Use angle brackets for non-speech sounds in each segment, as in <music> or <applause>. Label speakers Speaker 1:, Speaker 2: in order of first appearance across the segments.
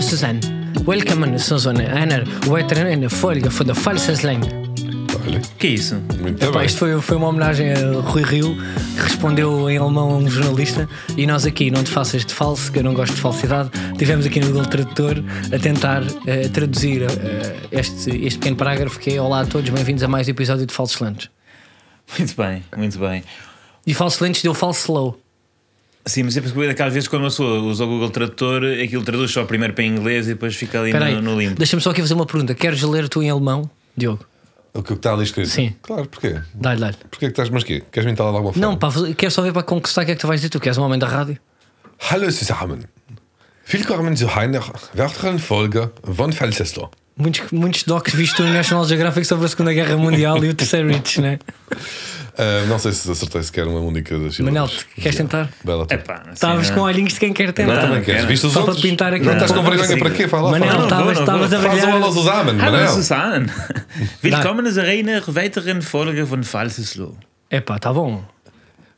Speaker 1: Susan. Welcome and Susan Anner Waiter in Folga for the Falsas Line.
Speaker 2: Olha,
Speaker 3: Que isso? Tá
Speaker 2: muito
Speaker 1: Pá,
Speaker 2: bem.
Speaker 1: isto foi, foi uma homenagem a Rui Rio, que respondeu em alemão a um jornalista. E nós aqui, não te faças de falso, que eu não gosto de falsidade, tivemos aqui no Google Tradutor a tentar eh, traduzir eh, este, este pequeno parágrafo que é Olá a todos, bem-vindos a mais um episódio de Falsos Lentes.
Speaker 3: Muito bem, muito bem.
Speaker 1: E Falsos Lentes deu falso slow.
Speaker 3: Sim, mas é porque que às vezes quando uma pessoa usa o Google Tradutor, aquilo traduz só primeiro para inglês e depois fica ali
Speaker 1: Espera aí,
Speaker 3: no, no limbo.
Speaker 1: deixa-me só aqui fazer uma pergunta. Queres ler tu em alemão, Diogo?
Speaker 2: O que o que está ali escrito?
Speaker 1: Sim.
Speaker 2: Claro, porquê?
Speaker 1: Dá-lhe, dá-lhe.
Speaker 2: Porquê é que estás, mas quê? Queres me entrar lá de alguma forma?
Speaker 1: Não, pá, quero só ver para conquistar o que é que tu vais dizer. Tu queres um homem da rádio?
Speaker 2: Hallo zusammen. Willkommen zu einer weiteren Folge von Falsestor.
Speaker 1: Muitos, muitos docs vistos no National Geographic sobre a Segunda Guerra Mundial e o terceiro Rich, né?
Speaker 2: Ah, não sei se acertei sequer uma única das
Speaker 1: Manel,
Speaker 2: sílabas.
Speaker 1: queres tentar?
Speaker 2: Bela tu.
Speaker 3: Epá, assim,
Speaker 1: Estavas
Speaker 3: não.
Speaker 1: com olhinhos de quem quer
Speaker 2: Não,
Speaker 1: tentar.
Speaker 2: também queres.
Speaker 3: não.
Speaker 2: Viste os
Speaker 1: Só
Speaker 2: outros?
Speaker 1: para pintar aqui
Speaker 2: Não
Speaker 1: um
Speaker 2: estás com
Speaker 1: pouco.
Speaker 2: vergonha para quê? Fala,
Speaker 1: Manel,
Speaker 2: fala.
Speaker 3: tá-
Speaker 1: estavas
Speaker 3: não,
Speaker 1: estavas a Ah,
Speaker 3: não,
Speaker 2: Faz o
Speaker 1: brilhar.
Speaker 2: Olá zusammen,
Speaker 3: Hallo
Speaker 2: Manel.
Speaker 1: <laughs>
Speaker 3: Ah, Susanne. Willkommen in der Reine weiteren Folge von Falsesloh.
Speaker 1: É pá, tá bom.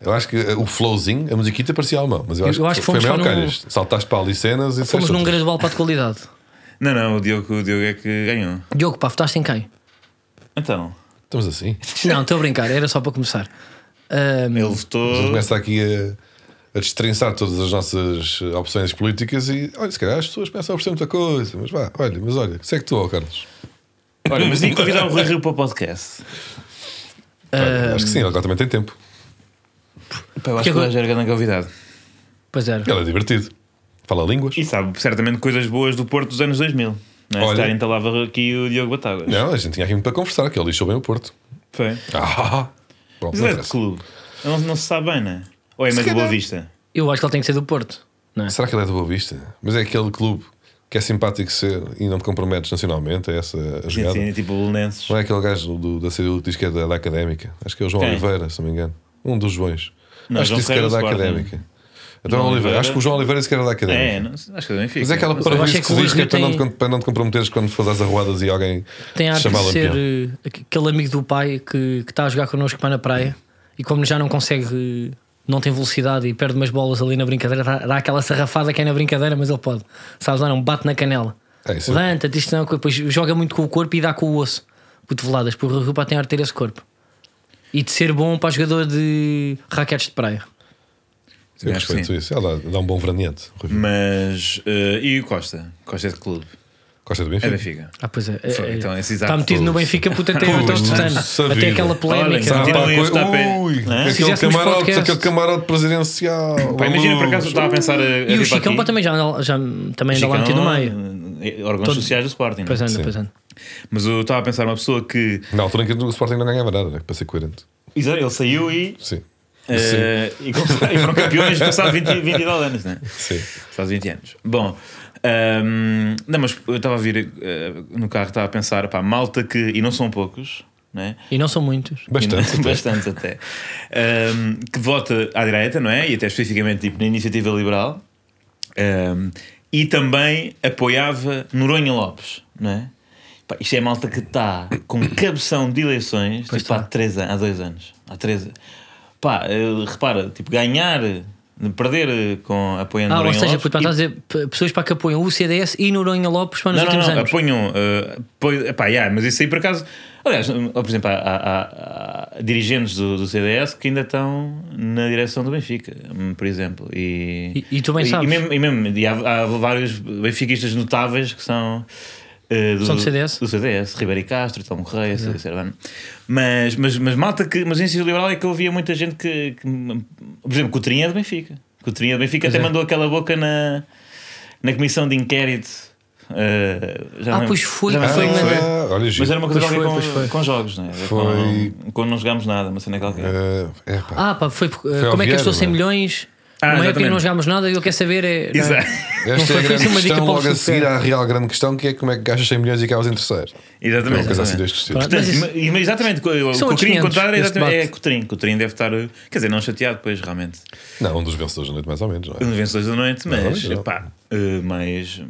Speaker 2: Eu acho que eh, o flowzinho, a musiquita parecia alemão, mas eu acho,
Speaker 1: Eu acho que
Speaker 2: foi
Speaker 1: fomos
Speaker 2: melhor
Speaker 1: só num-
Speaker 2: calhas. Saltaste para ali cenas e
Speaker 1: Fomos
Speaker 2: disseste
Speaker 1: num
Speaker 2: outro.
Speaker 1: gradual para a qualidade.
Speaker 3: Não, não, o Diogo, o Diogo é que ganhou.
Speaker 1: Diogo, pá, votaste em quem?
Speaker 3: Então,
Speaker 2: Estamos assim.
Speaker 1: Não, estou a brincar, era só para começar. Ah, Ahm,
Speaker 3: ele votou.
Speaker 2: Começa aqui a, a destrinçar todas as nossas eh, opções políticas e, olha, se calhar as pessoas começam a perceber muita coisa, mas vá, olha, mas olha, segue tu, ó Carlos.
Speaker 3: Olha, mas tinha que convidar o Rui Rio para o podcast.
Speaker 2: Olha, Acho que sim, ele agora também tem tempo.
Speaker 3: Pá, eu acho
Speaker 1: Porque
Speaker 3: que o
Speaker 1: agora-
Speaker 3: Rogério é grande convidado.
Speaker 1: pois era.
Speaker 2: Ele é divertido. Fala línguas.
Speaker 3: E sabe certamente coisas boas do Porto dos anos 2000. Não é?
Speaker 2: Olha.
Speaker 3: Se calhar entalava aqui o Diogo Batagas.
Speaker 2: Não, a gente tinha aqui muito para conversar, que ele lixou bem o Porto.
Speaker 3: Foi.
Speaker 2: Ah, bom,
Speaker 3: Mas
Speaker 2: não
Speaker 3: ele é de que
Speaker 2: interessa.
Speaker 3: clube. Não, não se sabe bem, não é? Ou é mais de
Speaker 2: calhar-
Speaker 3: Boa Vista?
Speaker 1: Eu acho que ele tem que ser do Porto. Não é?
Speaker 2: Será que ele é de Boa Vista? Mas é aquele clube que é simpático ser e não te comprometes nacionalmente, é essa a
Speaker 3: Sim,
Speaker 2: jogada.
Speaker 3: sim, tipo Belenenses.
Speaker 2: Não é aquele gajo do- da CDU que diz que é da, da académica? Acho que é o João
Speaker 3: Quem?
Speaker 2: Oliveira, se não me engano. Um dos Joões.
Speaker 3: Não,
Speaker 2: acho que
Speaker 3: João
Speaker 2: disse que era da
Speaker 3: Ferreira do Sporting.
Speaker 2: académica. Então, Oliveira.
Speaker 3: Oliveira.
Speaker 2: Acho que o João Oliveira disse que era da académica.
Speaker 3: É, não, acho que é do Benfica.
Speaker 2: Mas é aquela
Speaker 3: Não sei.
Speaker 2: palavra
Speaker 1: acho
Speaker 2: que
Speaker 1: é que
Speaker 2: se
Speaker 1: o
Speaker 2: diz que é
Speaker 1: Rio
Speaker 2: para, não
Speaker 1: tem-
Speaker 2: te, para não te comprometeres quando fazes as arruadas e alguém
Speaker 1: Tem a
Speaker 2: te
Speaker 1: arte
Speaker 2: chamar
Speaker 1: de ser
Speaker 2: lampião.
Speaker 1: eh, aqu- aquele amigo do pai que, que está a jogar connosco para na praia e como já não consegue, eh, não tem velocidade e perde umas bolas ali na brincadeira, dá, dá aquela sarrafada que é na brincadeira, mas ele pode. Sabes lá, não bate na canela.
Speaker 2: É isso.
Speaker 1: Levanta-te, isto não é coisa. Depois joga muito com o corpo e dá com o osso. Cotoveladas, porque o Rui Pá tem arte de ter esse corpo. E de ser bom para jogador de raquetes de praia.
Speaker 3: Eu
Speaker 2: Eu
Speaker 3: acho que
Speaker 2: respeito
Speaker 3: Ah, sim. Hum.
Speaker 2: isso. Ela dá um bom veraneante. Rui Vivo.
Speaker 3: Mas. eh, e o Costa? Costa é de clube.
Speaker 2: Gosta de
Speaker 3: É
Speaker 2: Benfica?
Speaker 3: Benfica.
Speaker 1: Ah, pois é. é,
Speaker 3: Foi,
Speaker 1: é.
Speaker 3: então, esse
Speaker 1: está
Speaker 3: exato.
Speaker 1: metido no
Speaker 3: Pois.
Speaker 1: Benfica por 38 anos.
Speaker 2: Pois,
Speaker 1: Olha, Até
Speaker 2: vida.
Speaker 1: aquela polémica. tipo,
Speaker 3: Olha,
Speaker 2: Ah, pá,
Speaker 3: Então, e o
Speaker 2: coi-
Speaker 3: Verstappen?
Speaker 2: Ui,
Speaker 3: Não é? Se
Speaker 2: aquele,
Speaker 1: fizéssemos
Speaker 2: camarote,
Speaker 1: podcast-
Speaker 2: aquele camarote presidencial.
Speaker 3: Pá, imagina, por acaso,
Speaker 2: maluco.
Speaker 3: estava a pensar. eh, A,
Speaker 1: E o Chicão pá, também já, anda- já também anda lá metido no meio.
Speaker 3: eh, Órgãos
Speaker 1: Todo-
Speaker 3: sociais do Sporting. é?
Speaker 1: Pois é. anda,
Speaker 2: Sim.
Speaker 1: pois anda.
Speaker 3: Mas eu estava a pensar uma pessoa que.
Speaker 2: Na altura em que o Sporting não ganhava nada, né? para ser coerente.
Speaker 3: Exato, Ele saiu e.
Speaker 2: Sim.
Speaker 3: eh, e com- <laughs> e foram campeões passados 20, e- 20 e tal anos, não é?
Speaker 2: Sim.
Speaker 3: Faz 20 anos. Bom, ahm, não, mas eu estava a vir eh, no carro, estava a pensar, pá, malta que, e não são poucos, né?
Speaker 1: E não são muitos.
Speaker 2: Bastante.
Speaker 3: <laughs> E- bastantes até, ahm, que vota à direita, não é? E até especificamente tipo, na iniciativa liberal, ahm, e também apoiava Noronha Lopes, não é? Pá, isto é malta que está com cabeção de eleições tipo,
Speaker 1: tá.
Speaker 3: há, três an há dois anos. Há três Pá, eh, repara, tipo, ganhar, perder eh, com apoiando
Speaker 1: Ah, ou
Speaker 3: Noronha
Speaker 1: seja,
Speaker 3: Lopes
Speaker 1: puto, pá,
Speaker 3: e-
Speaker 1: estás a dizer p- pessoas para que apoiam o CDS e Noronha Lopes para nos
Speaker 3: não, não,
Speaker 1: últimos
Speaker 3: não,
Speaker 1: anos.
Speaker 3: apanham. eh, apoio- epá, yeah, mas isso aí por acaso. Aliás, eh, por exemplo, há, há- há dirigentes do, do CDS que ainda estão na direção do Benfica, hum, por exemplo. E,
Speaker 1: E- e tu bem sabes.
Speaker 3: E mesmo, e mesmo, e há, há vários benfiquistas notáveis que são. eh,
Speaker 1: São do CDS?
Speaker 3: Do CDS, Ribeiro e Castro, Tom Correia, Cílio Serrano. Mas, mas, mas malta que. Mas em Cílio Liberal é que eu ouvia muita gente que. que por exemplo, Coutrinha é do Benfica. Coutrinha é do Benfica até
Speaker 1: é.
Speaker 3: mandou aquela boca na na comissão de inquérito. uh, já
Speaker 1: Ah,
Speaker 3: não-
Speaker 1: pois foi,
Speaker 3: já não-
Speaker 2: Ah,
Speaker 1: foi uma-
Speaker 3: mas
Speaker 2: olha, giro.
Speaker 3: era uma coisa
Speaker 1: Pois
Speaker 3: que
Speaker 1: foi,
Speaker 3: com,
Speaker 1: pois foi.
Speaker 3: com jogos, não é?
Speaker 2: Foi-
Speaker 3: Com- Quando não jogámos nada, mas cena qualquer.
Speaker 2: Eh, é, pá.
Speaker 1: Ah, pá, foi, porque, eh,
Speaker 2: ao
Speaker 1: como é que
Speaker 2: Vieira,
Speaker 1: gastou 100
Speaker 2: não é?
Speaker 1: milhões?
Speaker 3: Ah,
Speaker 1: Uma época em que não
Speaker 3: exatamente.
Speaker 1: jogámos nada e eu quero saber. É, não é?
Speaker 3: Exato.
Speaker 1: Não
Speaker 2: Esta
Speaker 1: foi-
Speaker 2: é a
Speaker 1: foi
Speaker 2: grande
Speaker 1: assim uma dica
Speaker 2: questão,
Speaker 1: para o
Speaker 2: logo a seguir
Speaker 1: Super.
Speaker 2: à real grande questão, que é como é que gastas 100 milhões e acabas em terceiro.
Speaker 3: <laughs> Exatamente.
Speaker 2: Uma coisa assim
Speaker 3: exatamente.
Speaker 2: deste estilo.
Speaker 1: Pronto.
Speaker 3: Portanto,
Speaker 1: Mas isso-
Speaker 3: ima- ima- exatamente, co- o
Speaker 1: São outros
Speaker 3: Coutrinho
Speaker 1: 500
Speaker 3: encontrar
Speaker 1: deste
Speaker 3: exatamente, é
Speaker 1: debate.
Speaker 3: Coutrinho. Coutrinho deve estar, uh, quer dizer, não chateado, pois realmente.
Speaker 2: Não, um dos vencedores da noite, mais ou menos, não é?
Speaker 1: Hum.
Speaker 3: Um dos vencedores da noite, mas,
Speaker 2: não.
Speaker 3: pá, uh, mas.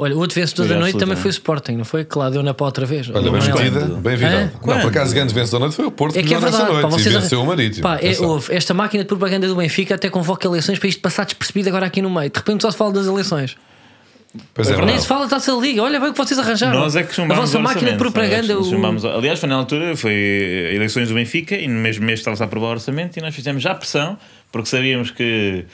Speaker 1: Olha, o outro vencedor da
Speaker 3: Era
Speaker 1: noite
Speaker 3: absoluto,
Speaker 1: também
Speaker 3: não é?
Speaker 1: foi o Sporting, não foi? Que lá deu na pá outra vez.
Speaker 2: Olha,
Speaker 1: Não,
Speaker 2: bem
Speaker 1: não é?
Speaker 2: metida,
Speaker 3: Quando?
Speaker 2: bem vida.
Speaker 1: Hã?
Speaker 2: Não,
Speaker 3: Quando?
Speaker 2: por acaso, grande vencedor da noite foi o Porto,
Speaker 1: É que é
Speaker 2: não nessa
Speaker 1: verdade,
Speaker 2: noite,
Speaker 1: pá, vocês
Speaker 2: e venceu o Marítimo.
Speaker 1: Pá, é,
Speaker 2: Atenção.
Speaker 1: ouve, esta máquina de propaganda do Benfica até convoca eleições para isto passar despercebido agora aqui no meio. De repente só se fala das eleições.
Speaker 2: Pois é,
Speaker 3: verdade.
Speaker 2: verdade.
Speaker 1: Nem se fala da taça da liga. Olha bem o que vocês arranjaram.
Speaker 3: Nós é que
Speaker 1: Ah, A
Speaker 3: chumbámos
Speaker 1: vossa máquina de
Speaker 3: orçamento,
Speaker 1: propaganda.
Speaker 3: nós
Speaker 1: o-
Speaker 3: chumbámos- Aliás, foi na altura, foi eh, eleições do Benfica e no mesmo mês estava-se a aprovar o orçamento e nós fizemos já pressão porque sabíamos que.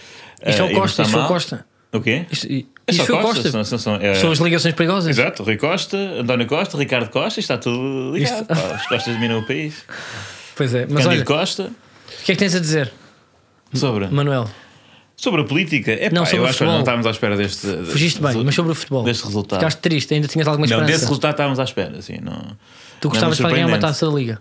Speaker 3: eh,
Speaker 1: Isto é o
Speaker 3: íamos
Speaker 1: Costa.
Speaker 3: estar
Speaker 1: Isto foi o
Speaker 3: mal.
Speaker 1: Costa.
Speaker 3: O quê?
Speaker 1: Isto, i-
Speaker 3: É
Speaker 1: isto
Speaker 3: só
Speaker 1: foi o
Speaker 3: Costa,
Speaker 1: Costa.
Speaker 3: são- são- são- é-
Speaker 1: São as ligações perigosas.
Speaker 3: Exato, Rui Costa, António Costa, Ricardo Costa, isto está tudo ligado.
Speaker 1: Isto-
Speaker 3: pá, Os Costas dominam o país.
Speaker 1: Pois é. <laughs> Mas
Speaker 3: Cândido
Speaker 1: olha,
Speaker 3: Costa,
Speaker 1: o que é que tens a dizer,
Speaker 3: sobre,
Speaker 1: Manuel?
Speaker 3: sobre a política. É
Speaker 1: Não,
Speaker 3: pá,
Speaker 1: sobre
Speaker 3: eu
Speaker 1: o
Speaker 3: acho que
Speaker 1: futebol.
Speaker 3: não estávamos à espera deste.
Speaker 1: Fugiste bem, mas sobre o futebol.
Speaker 3: deste resultado.
Speaker 1: Ficaste triste, ainda tinhas alguma
Speaker 3: Não, desse
Speaker 1: esperança.
Speaker 3: resultado estávamos à espera, assim. Não,
Speaker 1: Tu gostavas
Speaker 3: não é
Speaker 1: para ganhar
Speaker 3: muito
Speaker 1: uma
Speaker 3: surpreendente.
Speaker 1: taça da liga.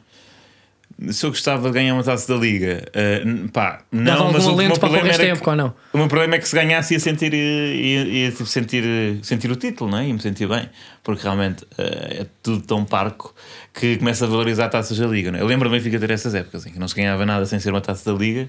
Speaker 3: Se eu gostava de ganhar uma taça da Liga, eh, n- pá,
Speaker 1: Dava
Speaker 3: não, mas
Speaker 1: algum
Speaker 3: o, o meu
Speaker 1: alento para o
Speaker 3: problema
Speaker 1: resto da
Speaker 3: era que-
Speaker 1: época ou não?
Speaker 3: O meu problema é que se ganhasse ia sentir, eh, ia, ia, tipo, sentir, eh, sentir o título, não é? Ia me sentir bem, porque realmente eh, é tudo tão parco que começa a valorizar taças da Liga. Não é? Eu lembro-me fica ter essas épocas em que não se ganhava nada sem ser uma taça da Liga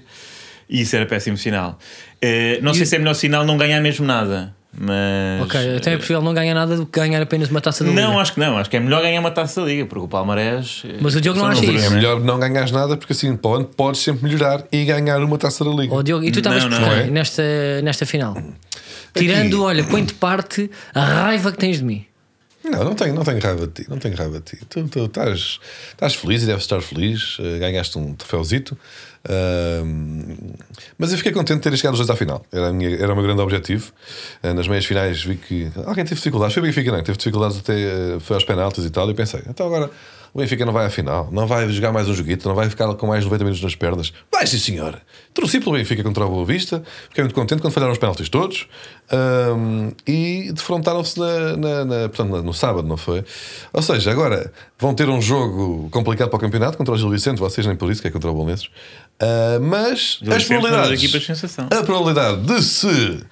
Speaker 3: e isso era péssimo sinal. Eh, não sei se é melhor sinal não ganhar mesmo nada, mas.
Speaker 1: Ok, então é possível não ganhar nada do que ganhar apenas uma taça da liga.
Speaker 3: eh, Não, acho que não, acho que é melhor ganhar uma taça da Liga, porque o Palmarés. eh,
Speaker 1: Mas o Diogo não
Speaker 3: só
Speaker 1: acha
Speaker 3: vale,
Speaker 1: isso.
Speaker 2: É
Speaker 3: não é?
Speaker 2: melhor não ganhares nada porque assim para o ano podes sempre melhorar e ganhar uma taça da liga.
Speaker 1: Ó, Diogo, e tu estavas
Speaker 3: Não,
Speaker 1: por
Speaker 3: não. é.
Speaker 1: quem nesta, nesta final? Tirando, olha, põe de parte a raiva que tens de mim.
Speaker 2: Não, não tenho, não tenho raiva de ti, não tenho raiva de ti. Tu, tu estás, estás feliz e deves estar feliz, eh, ganhaste um troféuzito. Ahm, mas eu fiquei contente de terem chegado os dois à final. Era, a minha- era o meu grande objetivo. Eh, nas meias finais vi que alguém teve dificuldades, foi o Benfica, não, é? teve dificuldades até eh, foi aos penaltis e tal. E eu pensei, então agora o Benfica não vai à final, não vai jogar mais um joguito, não vai ficar com mais 90 minutos nas pernas. Vai sim, senhora. Torci pelo Benfica contra o Boa Vista, fiquei muito contente quando falharam os penaltis todos. Ahm, e defrontaram-se na, na- na- portanto, na- no sábado, não foi? Ou seja, agora vão ter um jogo complicado para o campeonato contra o Gil Vicente, vocês nem por isso, que é contra o Bolonenses. Ah, mas as
Speaker 3: Gil Vicente, uma das
Speaker 2: probabilidades,
Speaker 3: equipas sensação.
Speaker 2: a probabilidade de se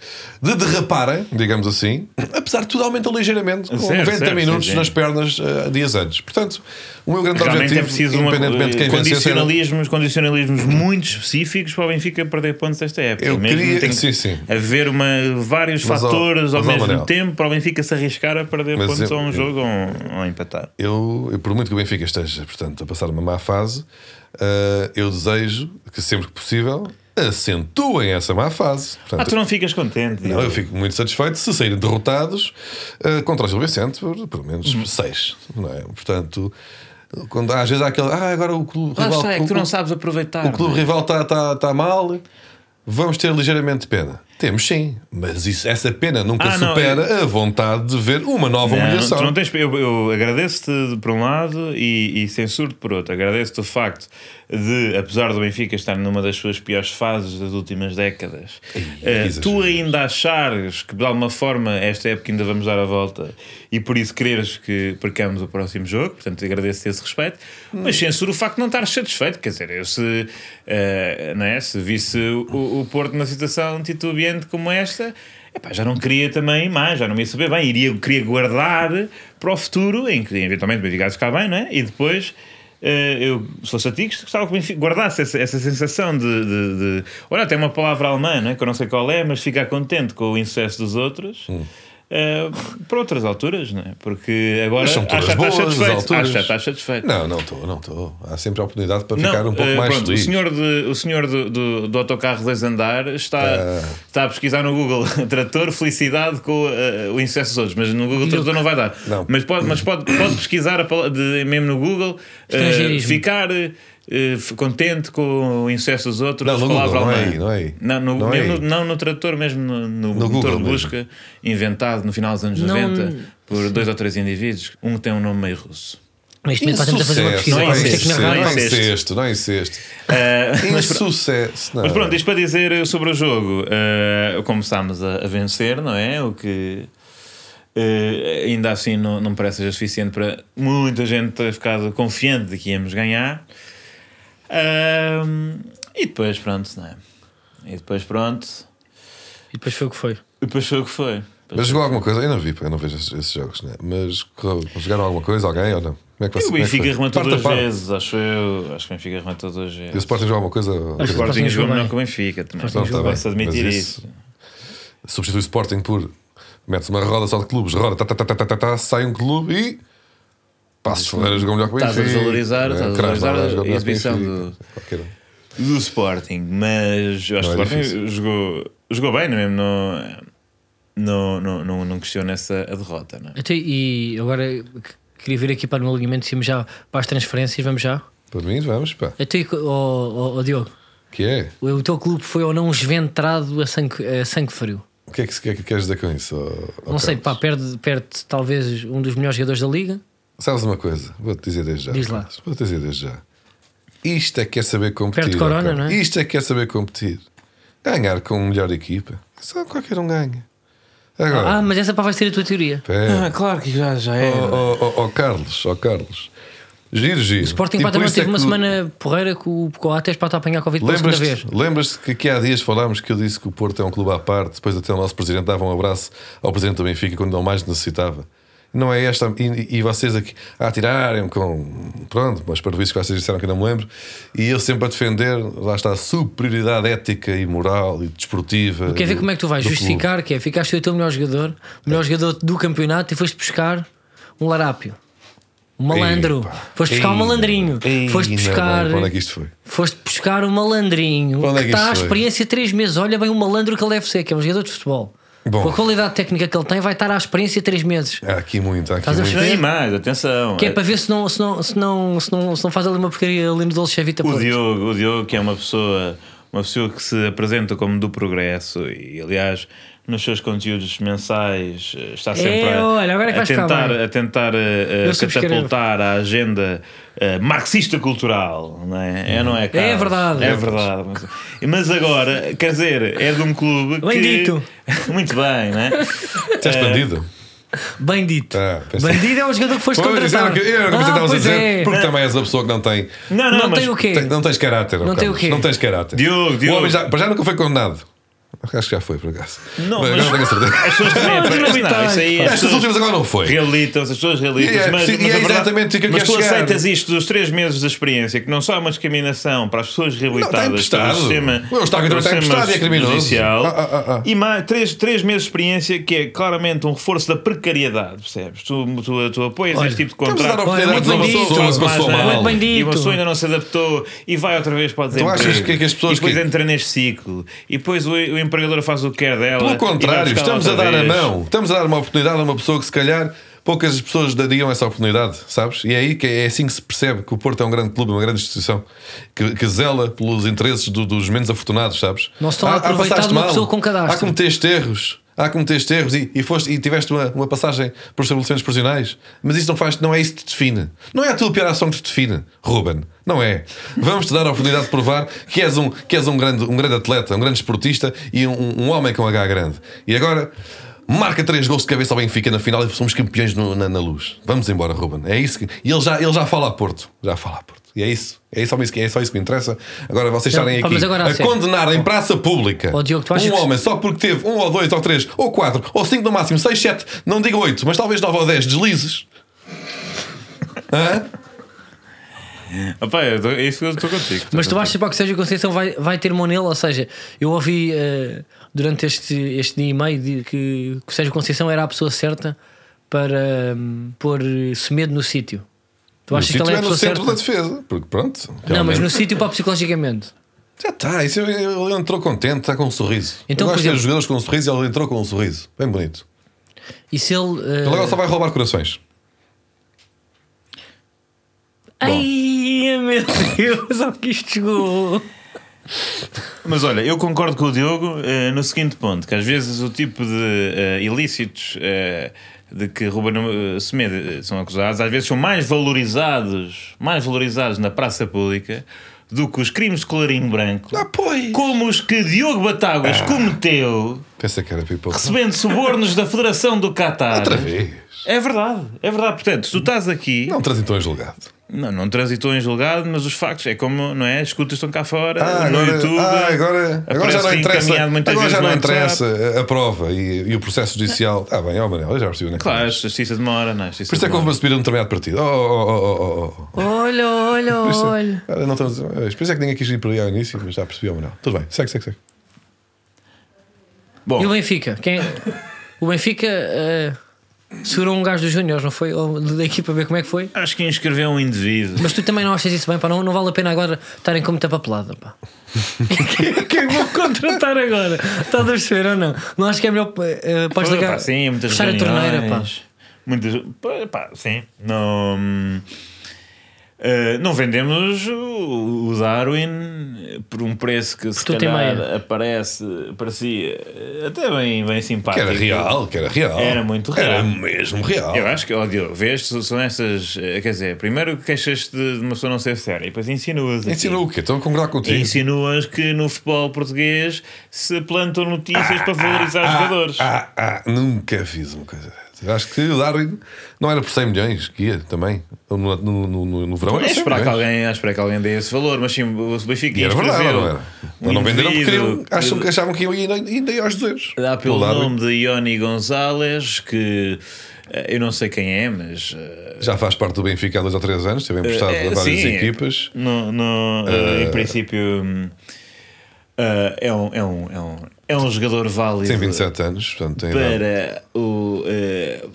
Speaker 2: de derraparem, digamos assim, apesar de tudo, aumenta ligeiramente com
Speaker 3: Certo,
Speaker 2: 90
Speaker 3: certo,
Speaker 2: minutos
Speaker 3: sim, sim.
Speaker 2: nas pernas ah, dias antes. Portanto, o meu grande
Speaker 3: Realmente é
Speaker 2: objetivo,
Speaker 3: preciso uma,
Speaker 2: independentemente de quem é vencesse, era-
Speaker 3: condicionalismos, condicionalismos muito específicos para o Benfica perder pontos esta época.
Speaker 2: Eu
Speaker 3: Mesmo
Speaker 2: queria-
Speaker 3: tem que
Speaker 2: sim, sim.
Speaker 3: haver uma, vários
Speaker 2: Mas, ó,
Speaker 3: fatores ao,
Speaker 2: mas, ó,
Speaker 3: mesmo
Speaker 2: Manel.
Speaker 3: tempo para o Benfica se arriscar a perder
Speaker 2: Mas
Speaker 3: pontos
Speaker 2: eu-
Speaker 3: a um
Speaker 2: eu-
Speaker 3: jogo ou um- ou a empatar.
Speaker 2: eu, eu, por muito que o Benfica esteja, portanto, a passar uma má fase, ah, eu desejo que sempre que possível acentuem essa má fase. Portanto,
Speaker 3: Ah, tu não ficas contente.
Speaker 2: Não,
Speaker 3: Diogo.
Speaker 2: eu fico muito satisfeito se saírem derrotados eh, contra o Gil Vicente por pelo menos
Speaker 3: Uhum.
Speaker 2: seis. Não é? Portanto, quando, às vezes há aquele. Ah, agora o clube
Speaker 3: Lá
Speaker 2: rival.
Speaker 3: está, é
Speaker 2: o,
Speaker 3: que tu não
Speaker 2: o-
Speaker 3: sabes aproveitar.
Speaker 2: o clube rival está tá, tá mal. Vamos ter ligeiramente pena. Temos sim, mas isso- essa pena nunca
Speaker 3: Ah, não,
Speaker 2: supera a vontade de ver uma nova
Speaker 3: Não,
Speaker 2: humilhação.
Speaker 3: tu não tens- eu eu agradeço-te por um lado e, e censuro-te por outro. Agradeço-te o facto de, apesar do Benfica estar numa das suas piores fases das últimas décadas, eh,
Speaker 2: que
Speaker 3: tu
Speaker 2: exagero.
Speaker 3: ainda achares que de alguma forma esta época ainda vamos dar a volta e por isso quereres que percamos o próximo jogo, portanto agradeço-te esse respeito, mas censuro o facto de não estar satisfeito. Quer dizer, eu se, eh, não é? se visse o, o Porto numa situação titubeante como esta. Epá, já não queria também mais, já não me ia saber bem, iria, queria guardar para o futuro, em que eventualmente o Benfica há de ficar bem, não é? E depois, eh, eu, se fosse a ti, gostava que o Benfica guardasse essa, essa sensação de, de, de- Olha, tem uma palavra alemã, não é? que eu não sei qual é, mas ficar contente com o insucesso dos outros. eh, para outras alturas, não é? Porque agora
Speaker 2: Mas são
Speaker 3: acho que já
Speaker 2: todas
Speaker 3: estás
Speaker 2: boas as
Speaker 3: satisfeito.
Speaker 2: alturas.
Speaker 3: Acho que já estás satisfeito.
Speaker 2: Não, não estou, não estou. Há sempre a oportunidade para ficar um pouco
Speaker 3: eh,
Speaker 2: mais
Speaker 3: pronto,
Speaker 2: feliz.
Speaker 3: O senhor, de- o senhor do, do, do autocarro dois andar está,
Speaker 2: Eh.
Speaker 3: está a pesquisar no Google <laughs> trator felicidade com eh, o incesso dos outros, mas no Google trator não vai dar.
Speaker 2: Não.
Speaker 3: Mas, pode, mas pode, pode pesquisar a pala- de- mesmo no Google eh,
Speaker 1: Estrangeirismo.
Speaker 3: ficar eh, f- contente com o incesso dos outros.
Speaker 2: Não, no Google,
Speaker 3: palavra
Speaker 2: não é
Speaker 3: alemã.
Speaker 2: aí, não é aí.
Speaker 3: Não, no,
Speaker 2: Não é
Speaker 3: mesmo
Speaker 2: aí.
Speaker 3: no- não no trator, mesmo no,
Speaker 2: No
Speaker 3: no motor
Speaker 2: Google
Speaker 3: de
Speaker 2: mesmo.
Speaker 3: busca inventado no final dos anos
Speaker 1: Não-
Speaker 3: 90 por dois ou três indivíduos, um tem um nome meio russo.
Speaker 1: Neste momento nós estamos a fazer uma
Speaker 2: Insucesso,
Speaker 1: pesquisa. vamos ter que
Speaker 3: Não é incesto,
Speaker 1: narrar.
Speaker 3: não é
Speaker 2: não
Speaker 3: incesto.
Speaker 2: incesto, não incesto.
Speaker 3: Eh, mas pronto.
Speaker 2: Insucesso, é não. é?
Speaker 3: Mas pronto, isto para dizer sobre o jogo, eh, começámos a, a vencer, não é? O que eh, ainda assim não, não me parece seja suficiente para muita gente ter ficado confiante de que íamos ganhar. Ahm, e depois, pronto, não é? E depois, pronto.
Speaker 1: E depois foi o que foi.
Speaker 3: E depois foi o que foi. Depois
Speaker 2: Mas jogou alguma coisa? Eu não vi, pá, eu não vejo esses, esses jogos, né? Mas correu- jogaram alguma coisa, alguém ou não? Como é que
Speaker 3: E
Speaker 2: você-
Speaker 3: o
Speaker 2: como é que
Speaker 3: Benfica
Speaker 2: foi?
Speaker 3: rematou
Speaker 2: Parte a
Speaker 3: duas
Speaker 2: parte.
Speaker 3: vezes, acho eu. Acho que o Benfica rematou duas
Speaker 2: E o
Speaker 3: vezes.
Speaker 2: Sporting jogou alguma coisa?
Speaker 3: O
Speaker 1: Acho que o
Speaker 3: Sporting
Speaker 1: Sporting
Speaker 3: jogou
Speaker 1: jogou
Speaker 3: melhor
Speaker 1: bem.
Speaker 3: que o Benfica também.
Speaker 1: Sporting jogou
Speaker 3: Vai-se
Speaker 2: Então, tá bem,
Speaker 3: admitir
Speaker 2: mas
Speaker 3: isso.
Speaker 2: Substitui o Sporting por. Mete-se uma roda só de clubes, roda, tá, tá, tá, tá, tá, tá, tá, sai um clube e. Passos Ferreira jogou melhor que o Benfica.
Speaker 3: Estás a desvalorizar-
Speaker 2: né?
Speaker 3: estás a
Speaker 2: Krasnodar
Speaker 3: desvalorizar a
Speaker 2: jogou melhor que o
Speaker 3: exibição
Speaker 2: Benfica.
Speaker 3: do-
Speaker 2: Qualquer um.
Speaker 3: do Sporting, mas eu acho
Speaker 2: Não, é
Speaker 3: que o Sporting
Speaker 2: difícil.
Speaker 3: jogou, jogou bem, não é mesmo? Não, não, não, não, não questiono essa a derrota, não é?
Speaker 1: Até, e agora que- queria vir aqui para o meu alinhamento de cima já para as transferências, vamos já.
Speaker 2: Para mim, vamos, pá.
Speaker 1: Até, oh, oh, oh, Diogo,
Speaker 2: Que é?
Speaker 1: o, o teu clube foi ou não esventrado a sangue, a sangue frio?
Speaker 2: O que é que, se- o que é que queres dizer com isso? ó- ó
Speaker 1: Não sei, pá,
Speaker 2: Carlos?
Speaker 1: perde, perde talvez um dos melhores jogadores da liga.
Speaker 2: Sabes uma coisa? Vou-te dizer desde já.
Speaker 1: Diz lá.
Speaker 2: Carlos. Vou-te dizer desde já. Isto é que é saber competir.
Speaker 1: Perto de Corona,
Speaker 2: ó, Carlos.
Speaker 1: não é?
Speaker 2: Isto é que é saber competir. Ganhar com a melhor equipa. Só qualquer um ganha. Agora,
Speaker 1: Ah, mas essa pá vai ser a tua teoria.
Speaker 2: pera. Oh,
Speaker 3: claro que já, já
Speaker 2: Ó ó, ó, ó, Carlos, ó Carlos. Giro, giro.
Speaker 1: O Sporting
Speaker 2: E
Speaker 1: 4
Speaker 2: por
Speaker 1: também
Speaker 2: isso é
Speaker 1: teve uma
Speaker 2: que o-
Speaker 1: semana porreira com o Coates para estar a apanhar Covid pela segunda vez.
Speaker 2: Lembras-te lembras que aqui há dias falámos que eu disse que o Porto é um clube à parte, depois até o nosso presidente dava um abraço ao presidente do Benfica quando ele mais necessitava. Não é esta, e, e vocês aqui a atirarem com, pronto, mas para que vocês disseram que eu não me lembro, e eu sempre a defender, lá está, a superioridade ética e moral e desportiva.
Speaker 1: Quer ver
Speaker 2: do-
Speaker 1: como é que tu vais
Speaker 2: do
Speaker 1: justificar que é ficaste o teu melhor jogador, melhor jogador do campeonato e foste buscar um larápio, um malandro,
Speaker 2: Epa.
Speaker 1: foste buscar um
Speaker 2: Ei,
Speaker 1: malandrinho,
Speaker 2: ei,
Speaker 1: foste
Speaker 2: não, não,
Speaker 1: buscar.
Speaker 2: para onde é que isto foi?
Speaker 1: Foste buscar um malandrinho
Speaker 2: Para onde é
Speaker 1: que
Speaker 2: que
Speaker 1: está à
Speaker 2: isto foi?
Speaker 1: experiência 3 meses. Olha bem o malandro que ele deve ser, que é um jogador de futebol.
Speaker 2: Bom.
Speaker 1: Com a qualidade técnica que ele tem, vai estar à experiência 3 meses.
Speaker 2: Há É, aqui muito, há aqui
Speaker 1: Estás a
Speaker 2: muito.
Speaker 1: perceber?
Speaker 3: Nem mais, atenção.
Speaker 1: Que é para ver se não, se não, se não, se não, se não faz ali uma porcaria ali no Dolce Vita
Speaker 3: O
Speaker 1: Porto.
Speaker 3: Diogo, o Diogo, que é uma pessoa, uma pessoa que se apresenta como do progresso e, aliás, nos seus conteúdos mensais eh, está sempre a,
Speaker 1: olha, agora é que
Speaker 3: a
Speaker 1: vais ficar
Speaker 3: tentar,
Speaker 1: bem.
Speaker 3: a tentar eh, eh,
Speaker 1: Eu subscrevo.
Speaker 3: catapultar a agenda eh, marxista-cultural, não é? É, não é, Carlos?
Speaker 1: verdade.
Speaker 3: É verdade. Mas, mas agora, quer dizer, é de um clube que...
Speaker 1: Bem dito.
Speaker 3: <laughs> Muito bem, não é?
Speaker 2: Estás bandido?
Speaker 1: Bem dito.
Speaker 2: Ah, pensei-
Speaker 1: Bandido é um jogador que foste
Speaker 2: Pois, era o
Speaker 1: contratado.
Speaker 2: que- era o que
Speaker 1: Ah,
Speaker 2: você estavas a
Speaker 1: pois
Speaker 2: dizer,
Speaker 1: é.
Speaker 2: porque também és a pessoa que não tem.
Speaker 3: Não, não,
Speaker 1: Não
Speaker 3: mas
Speaker 1: tem o quê?
Speaker 2: Tem- não tens caráter. ó
Speaker 1: Não tem o
Speaker 2: Carlos,
Speaker 1: quê?
Speaker 2: Não tens caráter.
Speaker 3: Diogo, Diogo.
Speaker 2: O homem já, para já nunca foi condenado. Acho que já foi, por acaso.
Speaker 3: Não,
Speaker 2: Mas
Speaker 3: mas-
Speaker 2: não tenho a certeza.
Speaker 3: <laughs> as pessoas também...
Speaker 1: Não,
Speaker 3: aparecem-
Speaker 1: não,
Speaker 3: não, isso aí é-
Speaker 2: Estas últimas agora não foi.
Speaker 3: realitam, as pessoas realitam.
Speaker 2: E é
Speaker 3: mas,
Speaker 2: preciso- e
Speaker 3: mas
Speaker 2: é
Speaker 3: a verdade-
Speaker 2: exatamente o que eu
Speaker 3: mas
Speaker 2: quero
Speaker 3: tu
Speaker 2: chegar.
Speaker 3: aceitas isto dos três meses da experiência, que não só é uma discriminação para as pessoas
Speaker 2: está
Speaker 3: reabilitadas
Speaker 2: emprestado.
Speaker 3: pelo sistema,
Speaker 2: O Eustáquio
Speaker 3: pelo
Speaker 2: também está
Speaker 3: sistema
Speaker 2: emprestado e é criminoso.
Speaker 3: judicial,
Speaker 2: Ah, ah, ah, ah.
Speaker 3: e mais três, três meses de experiência que é claramente um reforço da precariedade, percebes? Tu, tu, tu apoias
Speaker 1: Olha,
Speaker 3: este tipo de
Speaker 2: Estamos a dar
Speaker 3: contrato.
Speaker 1: Olha,
Speaker 2: oportunidades a uma
Speaker 1: muito bem
Speaker 2: pessoa
Speaker 1: dito,
Speaker 2: que passou
Speaker 1: mas não-
Speaker 2: mal.
Speaker 1: Muito bem
Speaker 3: E
Speaker 1: dito.
Speaker 3: uma pessoa ainda não se adaptou e vai outra vez para o desemprego.
Speaker 2: achas que- que as pessoas
Speaker 3: e depois
Speaker 2: que-
Speaker 3: entra neste ciclo. E depois o, o empregador faz o que quer dela.
Speaker 2: Pelo contrário,
Speaker 3: e vai buscá-la
Speaker 2: estamos a
Speaker 3: outra
Speaker 2: dar a
Speaker 3: vez.
Speaker 2: mão. Estamos a dar uma oportunidade a uma pessoa que, se calhar, poucas pessoas dariam essa oportunidade, sabes? E é aí que é assim que se percebe que o Porto é um grande clube, uma grande instituição que, que zela pelos interesses do- dos menos afortunados, sabes?
Speaker 1: Não se estão a
Speaker 2: Há- há
Speaker 1: aproveitar de
Speaker 2: passaste
Speaker 1: uma
Speaker 2: mal,
Speaker 1: pessoa com cadastro.
Speaker 2: Há cometeste erros. Há cometeste erros e, e foste, e tiveste uma, uma passagem por estabelecimentos prisionais. Mas isso não faz, não é isso que te define. Não é a tua pior ação que te define, Ruben. Não é. Vamos-te dar a oportunidade de provar que és um, que és um, grande, um grande atleta, um grande esportista e um, um homem com H grande. E agora, marca três gols de cabeça ao Benfica na final e somos campeões no- na, na luz. Vamos embora, Ruben. É isso que. E ele já, ele já fala a Porto. Já fala a Porto. E é isso. É só isso que, é só isso que me interessa. Agora vocês estarem
Speaker 1: pá,
Speaker 2: aqui
Speaker 1: mas agora a
Speaker 2: a
Speaker 1: sério.
Speaker 2: condenar em praça pública
Speaker 1: Ó, Diogo, tu achas
Speaker 2: um
Speaker 1: que-
Speaker 2: homem só porque teve um ou dois ou três ou quatro ou cinco no máximo, seis, sete, não digo oito, mas talvez nove ou dez deslizes. Hã?
Speaker 3: Opa, eu tô- é isso que eu estou contigo.
Speaker 1: Mas tu achas para que Sérgio Conceição vai, vai ter mão nele? Ou seja, eu ouvi eh, durante este, este dia e meio de que, que o Sérgio Conceição era a pessoa certa para hum, pôr Semedo no sítio. Tu achas que ele
Speaker 2: O sítio
Speaker 1: é a
Speaker 2: é no
Speaker 1: pessoa
Speaker 2: centro
Speaker 1: certa?
Speaker 2: da defesa, porque pronto.
Speaker 1: Não, mas
Speaker 2: realmente.
Speaker 1: no sítio para psicologicamente.
Speaker 2: Já está, isso, ele ele entrou contente, está com um sorriso.
Speaker 1: Então,
Speaker 2: Então, Eu
Speaker 1: por
Speaker 2: gosto de ver
Speaker 1: exemplo-
Speaker 2: os jogadores com um sorriso e ele entrou com um sorriso. Bem bonito.
Speaker 1: E se ele. eh,
Speaker 2: Ele agora só vai roubar corações.
Speaker 1: Ai meu Deus, <laughs> ao que isto chegou!
Speaker 3: Mas olha, eu concordo com o Diogo eh, no seguinte ponto: que às vezes o tipo de eh, ilícitos eh, de que Ruben eh, Semedo eh, são acusados, às vezes são mais valorizados, mais valorizados na praça pública do que os crimes de colarinho branco,
Speaker 2: Ah, pois!
Speaker 3: como os que Diogo Batáguas cometeu
Speaker 2: Pensa que era people.
Speaker 3: recebendo sobornos da Federação do Catar.
Speaker 2: Outra vez.
Speaker 3: É verdade, é verdade. Portanto, se tu estás aqui,
Speaker 2: Não transitou em julgado.
Speaker 3: não, não transitou em julgado, mas os factos é como, não é? As escutas estão cá fora,
Speaker 2: Ah,
Speaker 3: no
Speaker 2: agora,
Speaker 3: YouTube.
Speaker 2: ah, agora, agora já
Speaker 3: aparece
Speaker 2: não interessa,
Speaker 3: reencaminhado muitas
Speaker 2: agora
Speaker 3: vezes
Speaker 2: já
Speaker 3: no
Speaker 2: não
Speaker 3: WhatsApp.
Speaker 2: interessa a, a prova e, e o processo judicial. Ah, bem, ó Manel, eu já percebi onde é que
Speaker 3: Claro, a
Speaker 2: vais.
Speaker 3: justiça demora, não é? A justiça
Speaker 2: Por isso é que houve
Speaker 3: demora.
Speaker 2: uma subida num determinado partido. Oh, oh, oh, oh, oh, oh.
Speaker 1: Olha, olha,
Speaker 2: Por isso-
Speaker 1: olha.
Speaker 2: Ah, não estamos- eh, por isso é que ninguém quis ir por aí ao início, mas já percebi, ó Manel. Tudo bem, segue, segue, segue.
Speaker 1: E o
Speaker 3: Bom,
Speaker 1: Benfica? Quem... O Benfica. é? eh, segurou um gajo dos Júniors, não foi? Ou da equipa ver como é que foi?
Speaker 3: Acho que inscreveu um indivíduo.
Speaker 1: Mas tu também não achas isso bem, pá? Não, não vale a pena agora estarem com muita papelada, pá. <laughs> Quem vou contratar agora? Estás a perceber ou não? Não acho que é melhor eh, para os
Speaker 3: Pois,
Speaker 1: da
Speaker 3: pá,
Speaker 1: Gá-
Speaker 3: sim, muitas
Speaker 1: fechar a torneira, pá.
Speaker 3: reuniões, Muitas, pá, pá, sim. Não, eh, não vendemos o, o Darwin por um preço que se
Speaker 1: tudo e meia.
Speaker 3: calhar aparece, parecia eh, até bem, bem
Speaker 2: Que
Speaker 3: simpático.
Speaker 2: era real, que era real.
Speaker 3: Ah, Era muito
Speaker 2: Era
Speaker 3: real.
Speaker 2: mesmo real.
Speaker 3: Eu acho que, ó Diogo, vês, são- são essas. eh, Quer dizer, primeiro queixas-te de uma pessoa não ser séria e depois insinuas. aqui.
Speaker 2: Ensinou o quê? Estou a concordar
Speaker 3: E
Speaker 2: contigo.
Speaker 3: insinuas que no futebol português se plantam notícias para valorizar
Speaker 2: Ah,
Speaker 3: jogadores.
Speaker 2: Ah, ah, nunca fiz uma coisa dessas. Eu Acho que o Darwin não era por 100 milhões que ia também. No, no, no, no, no verão
Speaker 3: É
Speaker 2: era 100
Speaker 3: esperar que,
Speaker 2: milhões.
Speaker 3: alguém, é esperar que alguém dê esse valor, mas sim, o Benfica
Speaker 2: ah,
Speaker 3: um
Speaker 2: E era verdade, não era? Então Não, não venderam porque queriam, acham que
Speaker 3: que
Speaker 2: achavam que iam ainda, ainda ia aos 200.
Speaker 3: Dá pelo
Speaker 2: O Darwin
Speaker 3: nome de Ioni Gonzalez, que eh, eu não sei quem é, mas. eh,
Speaker 2: Já faz parte do Benfica há dois ou três anos, esteve emprestado
Speaker 3: Eh,
Speaker 2: a várias
Speaker 3: sim, é.
Speaker 2: equipas.
Speaker 3: No, no, eh, em princípio, hum, eh, é, um, é, um, é, um, é um jogador válido
Speaker 2: Tem 27 anos, portanto tem idade.
Speaker 3: para o eh,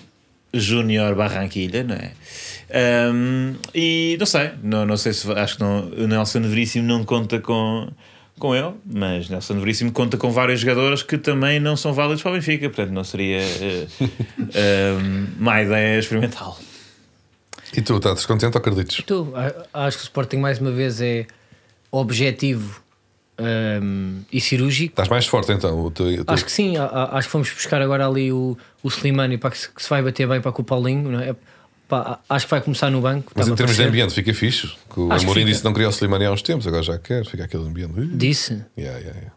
Speaker 3: Júnior Barranquilha, não é? Ahm, e não sei, não, não sei se va- acho que não, o Nelson Veríssimo não conta com, com ele, mas Nelson Veríssimo conta com vários jogadores que também não são válidos para o Benfica, portanto não seria eh, <laughs> ahm, má ideia experimental.
Speaker 2: E tu, estás descontente ou Carlitos?
Speaker 1: Tu, a- acho que o Sporting mais uma vez é objetivo hum, e cirúrgico.
Speaker 2: Estás mais forte então? O teu, o teu-
Speaker 1: Acho que sim, a- a- acho que fomos buscar agora ali o, o Slimani para que, se- que se vai bater bem para com o Paulinho, não é? Pá, a- acho que vai começar no banco.
Speaker 2: Mas
Speaker 1: está-me
Speaker 2: em
Speaker 1: a
Speaker 2: termos de
Speaker 1: parecer.
Speaker 2: ambiente, fica fixe. Que o
Speaker 1: Acho que
Speaker 2: Amorim
Speaker 1: fica.
Speaker 2: disse que não queria o Slimani há uns tempos, agora já quer, fica aquele ambiente. Ih,
Speaker 1: Disse.
Speaker 2: Yeah, yeah, yeah.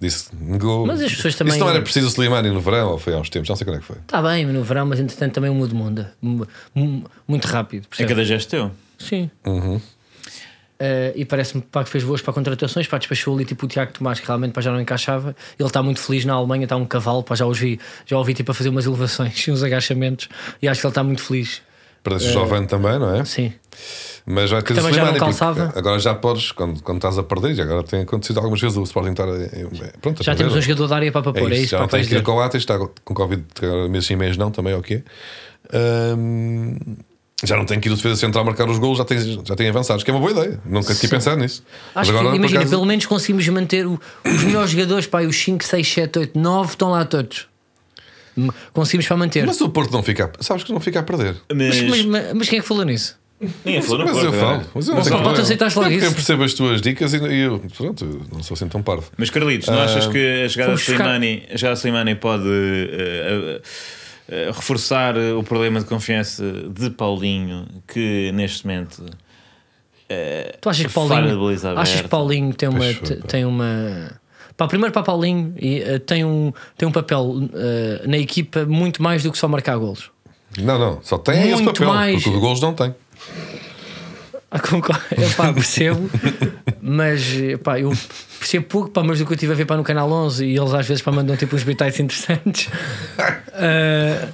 Speaker 2: Disse, negou.
Speaker 1: Mas as pessoas também- é-
Speaker 2: Isso não era preciso o Slimani no verão, ou foi há uns tempos, não sei quando é que foi.
Speaker 1: Está Tá bem no verão, mas entretanto também muda o mundo. mu- mu- Muito rápido,
Speaker 3: É
Speaker 1: percebes?
Speaker 3: cada gesto teu.
Speaker 1: Sim.
Speaker 2: Uhum.
Speaker 1: Eh, e parece-me pá, que fez boas para contratações, pá, despachou ali tipo o Tiago Tomás, que realmente pá, já não encaixava. Ele está muito feliz na Alemanha, está um cavalo, pá, já os vi, já ouvi tipo a fazer umas elevações e uns agachamentos, e acho que ele está muito feliz.
Speaker 2: Perdeste o Jovem também, não é?
Speaker 1: Sim.
Speaker 2: Mas vai ter o
Speaker 1: também já não
Speaker 2: Slimani. porque
Speaker 1: calçava.
Speaker 2: Agora já podes, quando, quando estás a perder, e agora tem acontecido algumas vezes o Sporting estar. eh, eh, Pronto, a
Speaker 1: Já temos
Speaker 2: perder,
Speaker 1: um jogador da área pá, para pôr, é isso,
Speaker 2: já
Speaker 1: pá,
Speaker 2: não
Speaker 1: para
Speaker 2: tem que ir
Speaker 1: dizer.
Speaker 2: com o Atas, está com Covid agora mês sim, mês não, também é o quê? Ahm, já não tem que ir do defesa central marcar os golos, já tem, já tem avançados, que é uma boa ideia. Nunca tinha pensado nisso.
Speaker 1: Acho
Speaker 2: por
Speaker 1: que, imagina,
Speaker 2: acaso,
Speaker 1: pelo menos conseguimos manter o- os melhores jogadores, pá, e os 5, 6, 7, 8, 9 estão lá todos. M- Conseguimos para manter. Mas,
Speaker 2: Mas o Porto não fica, a- sabes que não fica a perder.
Speaker 3: Mas,
Speaker 1: mas, mas- mas quem é que falou nisso?
Speaker 3: ninguém falou no
Speaker 2: Mas eu
Speaker 3: Porto, não é?
Speaker 2: falo, mas eu não
Speaker 1: Mas
Speaker 2: tenho
Speaker 1: só
Speaker 2: problema.
Speaker 1: tu aceitaste logo
Speaker 2: É porque Eu
Speaker 1: isso.
Speaker 2: percebo as tuas dicas e e eu, pronto, eu não sou assim tão parvo.
Speaker 3: Mas Carlitos, não achas
Speaker 2: Ah,
Speaker 3: que a chegada de
Speaker 1: fomos buscar-
Speaker 3: Slimani, a chegada de Slimani pode eh, eh, eh, reforçar o problema de confiança de Paulinho, que neste momento
Speaker 1: Tu achas que
Speaker 3: Fora de
Speaker 1: Paulinho,
Speaker 3: Beleza
Speaker 1: achas que
Speaker 3: Aberta.
Speaker 1: Paulinho tem uma.
Speaker 2: Pois foi,
Speaker 1: te-
Speaker 2: pá.
Speaker 1: tem uma pá, primeiro para Paulinho e, eh, tem, um, tem um papel eh, na equipa muito mais do que só marcar golos. <laughs>
Speaker 2: Não, não, só tem esse
Speaker 1: Muito
Speaker 2: papel,
Speaker 1: mais.
Speaker 2: porque o de golos não tem.
Speaker 1: Ah, concordo. É,
Speaker 2: <laughs>
Speaker 1: pá, percebo, mas eh, pá, eu percebo pouco, pá, mas do que eu estive a ver pá, no Canal 11 e eles às vezes pá, mandam tipo uns bitites interessantes. Ah,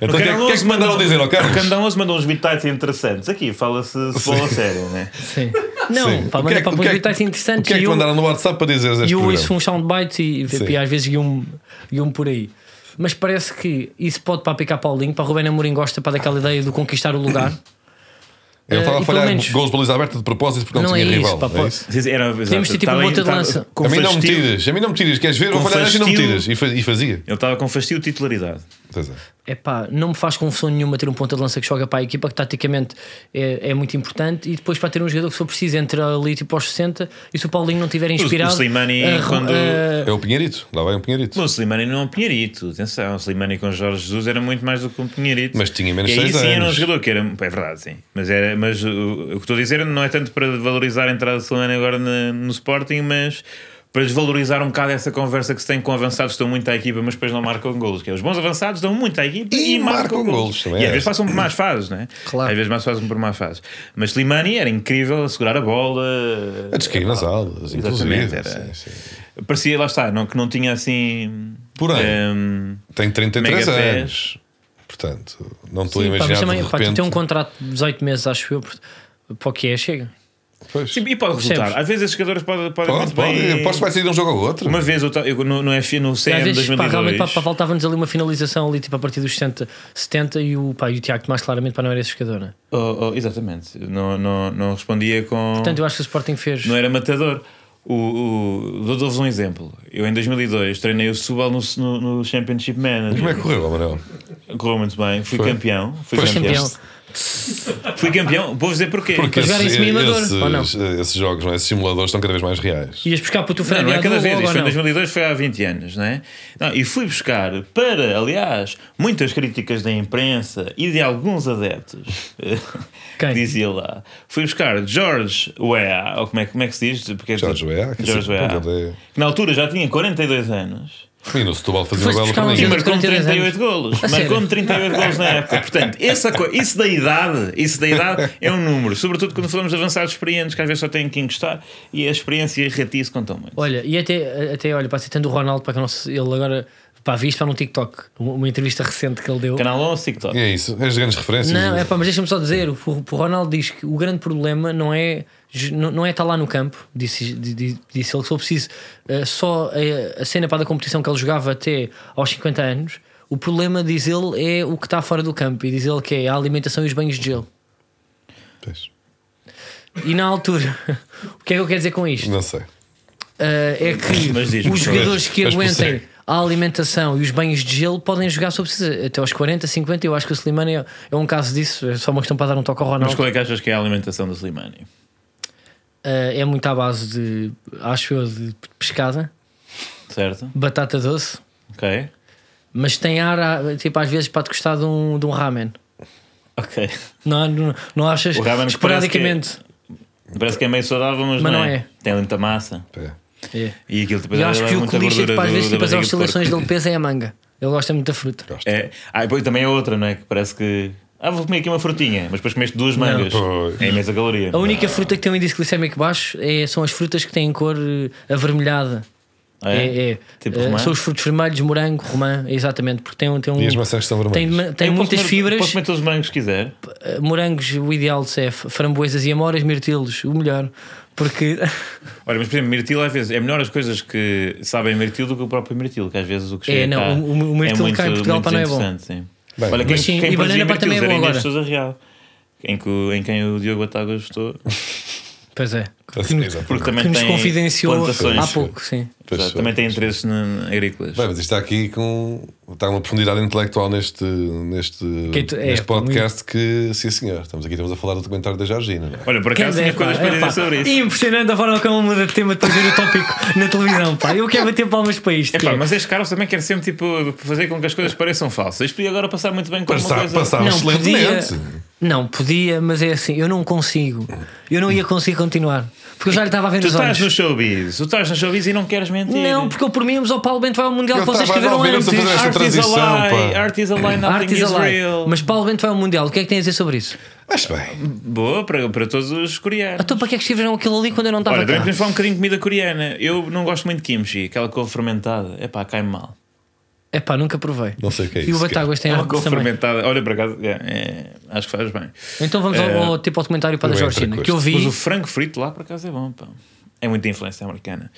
Speaker 2: Então o que, é- o que é que me mandaram dizer, ó Carlos?
Speaker 3: O Candão hoje mandou uns bitites interessantes. Aqui
Speaker 2: <laughs>
Speaker 3: fala-se se fala a sério, né?
Speaker 1: sim. <laughs> Não,
Speaker 2: Sim.
Speaker 1: pá,
Speaker 2: O que
Speaker 1: manda
Speaker 2: é que-
Speaker 1: para
Speaker 2: o
Speaker 1: uns
Speaker 2: que é que-
Speaker 1: bitites
Speaker 2: O
Speaker 1: interessantes
Speaker 2: que é
Speaker 1: e
Speaker 2: que te
Speaker 1: eu-
Speaker 2: mandaram no WhatsApp para dizer este
Speaker 1: E eu
Speaker 2: programa?
Speaker 1: ouço um soundbite e,
Speaker 2: Sim.
Speaker 1: e às vezes guiam-me guiam por aí. Mas parece que isso pode para picar Paulinho, para Rubén Amorim gosta para daquela ideia de conquistar o lugar. Eh,
Speaker 2: Eu estava
Speaker 1: e pelo
Speaker 2: a falhar
Speaker 1: menos-
Speaker 2: gols de baliza aberta de propósito porque não,
Speaker 1: Não é
Speaker 2: tinha
Speaker 1: isso,
Speaker 2: rival.
Speaker 1: pá,
Speaker 2: é
Speaker 1: pá.
Speaker 2: isso?
Speaker 3: Era,
Speaker 1: Temos
Speaker 3: exato,
Speaker 1: tipo
Speaker 3: estava-
Speaker 1: um ponta de
Speaker 3: estava
Speaker 1: lança.
Speaker 3: com
Speaker 2: a mim não me
Speaker 3: fastio-
Speaker 2: tiras, a mim não me tiras. Queres ver? Vou
Speaker 3: Com
Speaker 2: falhar hoje e não me
Speaker 3: fastio-
Speaker 2: tiras. E fa- E fazia.
Speaker 3: Ele estava com fastio de titularidade.
Speaker 2: Pois é.
Speaker 1: É pá, não me faz confusão nenhuma ter um ponta de lança que joga para a equipa, que taticamente é, é muito importante, e depois para ter um jogador que, se for preciso, entra ali tipo aos 60. E se o Paulinho não tiver inspirado,
Speaker 3: Slimani,
Speaker 1: a ro-
Speaker 3: quando-
Speaker 1: a-
Speaker 2: É o Pinheirito. Lá vai um Pinheirito.
Speaker 3: Mas o Slimani não é um Pinheirito, atenção. O Slimani com Jorge Jesus era muito mais do que um Pinheirito.
Speaker 2: Mas tinha menos
Speaker 3: e aí
Speaker 2: seis
Speaker 3: sim era um
Speaker 2: anos.
Speaker 3: jogador que era. É verdade, sim. Mas, era, mas o, o que estou a dizer não é tanto para valorizar a entrada do Slimani agora na- no Sporting, mas para desvalorizar um bocado essa conversa que se tem com avançados que dão muito à equipa, mas depois não marcam golos. Que é, os bons avançados dão muito à equipa e,
Speaker 2: E marcam
Speaker 3: golos.
Speaker 2: golos, também
Speaker 3: E
Speaker 2: é
Speaker 3: às vezes
Speaker 2: essa.
Speaker 3: passam por más fases, não é?
Speaker 1: Claro.
Speaker 3: Às vezes mais passam por más fases. Mas Slimani era incrível a segurar a bola.
Speaker 2: A descair É
Speaker 1: Ah,
Speaker 2: nas aulas,
Speaker 3: Exatamente,
Speaker 2: inclusive. Sim,
Speaker 3: era-
Speaker 2: sim.
Speaker 3: Parecia, lá está, não, que não tinha assim.
Speaker 2: Por ano.
Speaker 3: ehm,
Speaker 2: Tem 33
Speaker 3: Mega pés.
Speaker 2: anos. Portanto, não estou a
Speaker 1: Sim, pá,
Speaker 2: imaginar
Speaker 1: mas também,
Speaker 2: de
Speaker 1: pá, tu um
Speaker 2: repente...
Speaker 1: tem um contrato de 18 meses, acho eu, por- para o que é, chega.
Speaker 2: Pois.
Speaker 3: Sim, Tipo, e pode resultar.
Speaker 1: Percebes?
Speaker 3: Às vezes as jogadoras podem, podem
Speaker 2: Pode,
Speaker 3: muito
Speaker 2: pode.
Speaker 3: bem.
Speaker 2: Aposto que vai sair de um jogo ao outro.
Speaker 3: Uma vez eu, ta- eu no, no, F- no
Speaker 1: E
Speaker 3: CM
Speaker 1: às vezes, pá,
Speaker 3: 2002.
Speaker 1: realmente, pá, pá, faltava-nos ali uma finalização ali, tipo, a partir dos 60, 70 e o, pá, e o Tiago Tomás claramente para não era esse jogador, né?
Speaker 3: Oh, oh, exatamente. Não, não, não respondia com.
Speaker 1: Portanto, eu acho que o Sporting fez.
Speaker 3: Não é era matador. O, o, Dou-vos um exemplo. Eu em 2002 treinei o Subal no, no, no Championship Manager.
Speaker 2: Como é que correu, Amarelo?
Speaker 3: Correu muito bem. Fui
Speaker 2: Foi.
Speaker 3: campeão. Fui
Speaker 2: Foste
Speaker 3: campeão.
Speaker 1: campeão.
Speaker 3: Fui campeão. Vou dizer porquê.
Speaker 2: Porque
Speaker 1: jogar em
Speaker 2: esse-
Speaker 1: simulador, ou não?
Speaker 2: esses, esses jogos, não é? esses simuladores estão cada vez mais reais.
Speaker 1: Ias buscar para o teu
Speaker 3: Não,
Speaker 1: Fred
Speaker 3: não é cada vez. Isto
Speaker 1: logo,
Speaker 3: foi
Speaker 1: ou
Speaker 3: em
Speaker 1: não?
Speaker 3: 2002, foi há 20 anos, não é? Não, e fui buscar para, aliás, muitas críticas da imprensa e de alguns adeptos, <laughs>
Speaker 1: Quem?
Speaker 3: dizia lá. Fui buscar George Weah, ou como é, como é que se diz? Porque é
Speaker 2: Jorge
Speaker 3: tudo-
Speaker 2: Weah, que tipo
Speaker 3: George
Speaker 2: se-
Speaker 3: Weah.
Speaker 2: pronto, ele
Speaker 3: Que na altura já tinha 42 anos.
Speaker 2: E é- no Setúbal fazia uma
Speaker 1: Foste
Speaker 2: bela
Speaker 1: buscar um
Speaker 3: E
Speaker 1: Tinha
Speaker 2: perninha.
Speaker 1: jogador-
Speaker 3: marcou-me
Speaker 1: 42
Speaker 3: 38
Speaker 1: anos.
Speaker 3: golos.
Speaker 1: A
Speaker 3: Marcou-me 38 golos na época. Portanto, essa co- isso da idade, isso da idade é um número. Sobretudo quando falamos de avançados experientes, que às vezes só têm que encostar. E a experiência e a retice contam muito.
Speaker 1: Olha, e até, até olha, pá, citando o Ronaldo, para que eu não sei- ele agora, pá, vi isto para um TikTok, uma, uma entrevista recente que ele deu.
Speaker 3: Canal 11, TikTok.
Speaker 2: E é isso, as grandes referências.
Speaker 1: Não, é pá, mas deixa-me só dizer, o, o Ronaldo diz que o grande problema não é não, não é estar lá no campo, disse, di- di- disse ele que se for preciso eh, só eh, a cena para da competição que ele jogava até aos 50 anos, o problema, diz ele, é o que está fora do campo e diz ele que é a alimentação e os banhos de gelo.
Speaker 2: Pois,
Speaker 1: E na altura, <laughs> o que é que eu quero dizer com isto?
Speaker 2: Não sei.
Speaker 1: Ah, é que
Speaker 3: Mas diz-me,
Speaker 1: os
Speaker 3: por
Speaker 1: jogadores que
Speaker 2: mas prossegue.
Speaker 1: aguentem a alimentação e os banhos de gelo podem jogar sobre precisa até aos 40, 50. Eu acho que o Slimani é, é um caso disso. É só uma questão para dar um toque ao
Speaker 3: Mas
Speaker 1: Ronaldo.
Speaker 3: qual é que achas que é a alimentação do Slimani?
Speaker 1: Ah, é muito à base de, acho eu, de pescada,
Speaker 3: Certo?
Speaker 1: batata doce,
Speaker 3: Ok.
Speaker 1: mas tem ar, a- tipo, às vezes, para te gostar de um, de um ramen.
Speaker 3: Ok.
Speaker 1: Não, não, não achas?
Speaker 3: O ramen que é.
Speaker 1: Esporadicamente.
Speaker 3: Parece que é meio saudável, mas,
Speaker 1: Mas
Speaker 3: não,
Speaker 1: não
Speaker 3: é.
Speaker 1: é.
Speaker 3: Tem muita massa.
Speaker 2: Pera.
Speaker 1: É.
Speaker 3: E aquilo depois
Speaker 1: E
Speaker 3: é
Speaker 1: acho que o
Speaker 3: muita
Speaker 1: que lixa,
Speaker 3: gordura
Speaker 1: tipo, às
Speaker 3: do-
Speaker 1: vezes,
Speaker 3: da
Speaker 1: tipo, as
Speaker 3: barriga de
Speaker 1: oscilações
Speaker 3: porco.
Speaker 1: dele pesa é a manga. Ele gosta muito da fruta.
Speaker 3: É. Ah, e depois também é outra, não é? Que parece que. Ah, vou comer aqui uma frutinha, mas depois comeste duas mangas.
Speaker 2: Pois.
Speaker 3: É imensa caloria.
Speaker 1: A única fruta que tem um índice glicémico baixo é- são as frutas que têm cor eh, avermelhada.
Speaker 3: Ah, é?
Speaker 1: É, é.
Speaker 3: Tipo
Speaker 1: Eh,
Speaker 3: romã?
Speaker 1: são os frutos vermelhos, morango, romã, exatamente, porque tem, um- tem um.
Speaker 2: E as maçãs que são
Speaker 1: Tem,
Speaker 2: vermelhas.
Speaker 1: ma- tem
Speaker 3: Eu posso
Speaker 1: muitas
Speaker 3: comer-
Speaker 1: fibras,
Speaker 3: Posso comer todos os morangos que quiser.
Speaker 1: eh, morangos, o ideal de ser f- framboesas e amoras, mirtilos, o melhor. Porque <laughs>
Speaker 3: Olha, mas por exemplo, mirtilo às vezes é melhor as coisas que sabem mirtilo do que o próprio mirtilo, que às vezes o que chega
Speaker 1: É, não,
Speaker 3: cá
Speaker 1: o- o mirtilo
Speaker 3: é
Speaker 1: cá em
Speaker 3: muito-
Speaker 1: Portugal
Speaker 3: muito
Speaker 1: pá, não é bom.
Speaker 3: interessante, Sim.
Speaker 2: Bem,
Speaker 3: Olha, quem,
Speaker 1: mas sim,
Speaker 3: quem
Speaker 1: e
Speaker 3: produzia
Speaker 1: banana pá, também
Speaker 3: mirtilos
Speaker 1: é
Speaker 3: era
Speaker 1: bom
Speaker 3: Inês
Speaker 1: agora.
Speaker 3: Sousa Real. Em, que, o- em quem o Diogo Bataga gostou,
Speaker 1: Pois é.
Speaker 2: Pois,
Speaker 1: Que, no-
Speaker 2: exato.
Speaker 3: porque
Speaker 1: que
Speaker 3: também
Speaker 1: nos
Speaker 3: tem
Speaker 1: confidenciou
Speaker 3: plantações.
Speaker 1: há pouco, sim.
Speaker 2: Pois,
Speaker 3: Exato, também tem interesses na- agrícolas.
Speaker 2: Bem, mas isto está aqui com. Está uma profundidade intelectual neste, neste,
Speaker 1: Que tu- é,
Speaker 2: neste
Speaker 1: pá,
Speaker 2: podcast que, sim senhor, estamos aqui estamos a falar do documentário da Georgina, não é?
Speaker 3: Olha, por acaso
Speaker 1: Quem
Speaker 3: tinha
Speaker 1: der,
Speaker 3: coisas
Speaker 1: pá,
Speaker 3: para
Speaker 1: é,
Speaker 3: dizer
Speaker 1: pá,
Speaker 3: sobre isso.
Speaker 1: Impressionante a forma como muda de tema de fazer o tópico na televisão, pá. Eu quero bater palmas para isto.
Speaker 3: É
Speaker 1: que
Speaker 3: pá,
Speaker 1: é-
Speaker 3: mas este Carlos também quer sempre tipo, fazer com que as coisas pareçam falsas. Isto podia agora passar muito bem com
Speaker 2: Passar-
Speaker 3: uma coisa.
Speaker 2: passar. Estava excelentemente.
Speaker 1: não, podia, mas é assim, eu não consigo. Eu não ia conseguir continuar. Porque eu já lhe estava a ver
Speaker 3: Tu
Speaker 1: nos
Speaker 3: estás no
Speaker 1: olhos.
Speaker 3: showbiz, tu estás no showbiz e não queres mentir.
Speaker 1: Não, porque eu por mim íamos ao Paulo Bento vai ao Mundial
Speaker 2: Eu
Speaker 1: que vocês
Speaker 3: tá-
Speaker 2: estava a
Speaker 1: escreveram
Speaker 2: ver,
Speaker 3: um
Speaker 1: antes.
Speaker 2: vamos a fazer esta
Speaker 3: Art is
Speaker 2: transição,
Speaker 3: a lie,
Speaker 2: pá.
Speaker 3: art is a lie, nothing
Speaker 1: Artes
Speaker 3: is
Speaker 1: a lie.
Speaker 3: real.
Speaker 1: Mas Paulo Bento vai ao Mundial, o que é que tem a dizer sobre isso?
Speaker 2: Mas bem,
Speaker 3: Boa para, para todos os coreanos.
Speaker 1: Então para que é que escreveram aquilo ali quando eu não estava
Speaker 3: Olha, também
Speaker 1: cá?
Speaker 3: podemos falar um bocadinho de comida coreana. Eu não gosto muito de kimchi, aquela couve fermentada. É pá, cai-me mal.
Speaker 1: É pá, nunca provei.
Speaker 2: não sei o que é
Speaker 1: e o
Speaker 2: isso. cara.
Speaker 1: Batáguas tem
Speaker 3: É uma
Speaker 1: algo
Speaker 3: couve
Speaker 1: também.
Speaker 3: fermentada. Olha, por acaso, é, é, acho que faz bem.
Speaker 1: Então vamos ao, ao tipo ao documentário para a
Speaker 2: Eu
Speaker 1: Georgina,
Speaker 2: entro
Speaker 1: que eu
Speaker 3: É. Mas
Speaker 1: vi.
Speaker 3: o frango frito lá, por acaso, é bom, pá. É muita influência americana.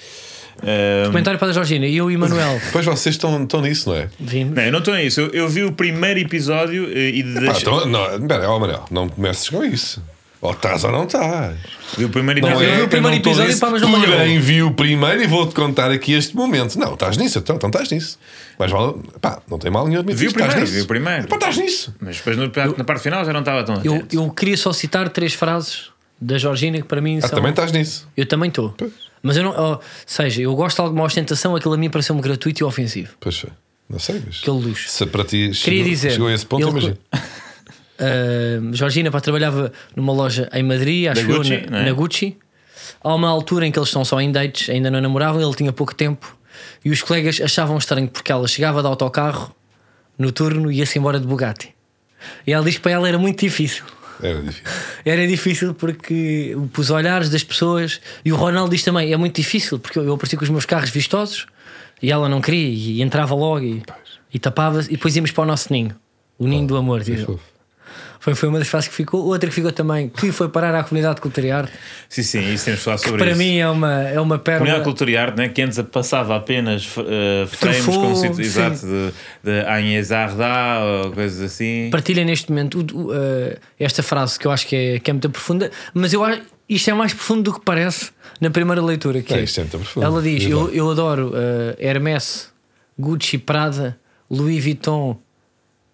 Speaker 3: Ahm,
Speaker 1: Documentário para a Georgina, e eu e o
Speaker 3: <laughs>
Speaker 1: Manuel
Speaker 2: Pois vocês estão, estão nisso, não é?
Speaker 1: vimos.
Speaker 3: Não, eu não estou nisso. Eu, eu vi o primeiro episódio eh, e
Speaker 2: Pá,
Speaker 3: deixei.
Speaker 2: então, não, pera, ó, Amarelo, não comeces com isso. Ou estás ou não estás.
Speaker 3: Vi o primeiro
Speaker 2: Não
Speaker 3: episódio.
Speaker 1: vi o
Speaker 2: eu
Speaker 1: primeiro
Speaker 2: não estou
Speaker 1: episódio,
Speaker 2: nisso.
Speaker 1: pá, mas não me lembro.
Speaker 2: Porém, vi o primeiro e vou-te contar aqui este momento. Não, estás nisso, então, então estás nisso. Mas vale, pá, não tem mal nenhum admitir.
Speaker 3: Vi o
Speaker 2: que estás
Speaker 3: primeiro,
Speaker 2: nisso.
Speaker 3: vi o primeiro.
Speaker 2: Pá, estás nisso.
Speaker 3: Mas depois no- na parte final já não estava tão
Speaker 1: Eu,
Speaker 3: atento.
Speaker 1: eu queria só citar três frases da Georgina que para mim
Speaker 2: Ah,
Speaker 1: são.
Speaker 2: também estás nisso.
Speaker 1: Eu também estou. Mas eu não. Ou seja, eu gosto de alguma ostentação, aquilo a mim pareceu-me gratuito e ofensivo.
Speaker 2: Pois foi. Não sei, mas.
Speaker 1: Aquele luxo.
Speaker 2: Se para ti
Speaker 1: Queria
Speaker 2: chegou,
Speaker 1: dizer.
Speaker 2: chegou a esse ponto,
Speaker 1: ele-
Speaker 2: imagina.
Speaker 1: Ah, Georgina pá, trabalhava numa loja em Madrid, acho que
Speaker 3: Gucci,
Speaker 1: na,
Speaker 3: não é?
Speaker 1: na Gucci. Há uma altura em que eles estão só em dates, ainda não namoravam, ele tinha pouco tempo. E os colegas achavam estranho porque ela chegava de autocarro no turno e ia-se embora de Bugatti. E ela diz que para ela era muito difícil. <laughs>
Speaker 2: Era É, difícil.
Speaker 1: Era difícil porque os olhares das pessoas e o Ronaldo diz também é muito difícil porque eu eu apareci com os meus carros vistosos e ela não queria e
Speaker 2: é
Speaker 1: entrava logo e, e tapava-se e depois íamos para o nosso ninho, o ninho do amor. diz ele. Foi, foi uma das frases que ficou. Outra que ficou também, que foi parar à comunidade cultura e arte.
Speaker 3: Sim, sim, isso temos de falar sobre
Speaker 1: Para
Speaker 3: isso.
Speaker 1: mim é uma, é uma
Speaker 3: A comunidade
Speaker 1: pérola.
Speaker 3: Cultura e Arte, né, que antes passava apenas eh, frames
Speaker 1: Truffaut,
Speaker 3: com sítio
Speaker 1: sim.
Speaker 3: exato de, de Agnès Arda ou coisas assim.
Speaker 1: Partilha neste momento o- o, eh, esta frase que eu acho que é, que é muito profunda, mas eu acho isto é mais profundo do que parece na primeira leitura. Que
Speaker 2: É,
Speaker 1: é-
Speaker 2: isto é muito profundo.
Speaker 1: Ela diz:
Speaker 2: Diz lá.
Speaker 1: eu, eu adoro eh, Hermes, Gucci, Prada, Louis Vuitton,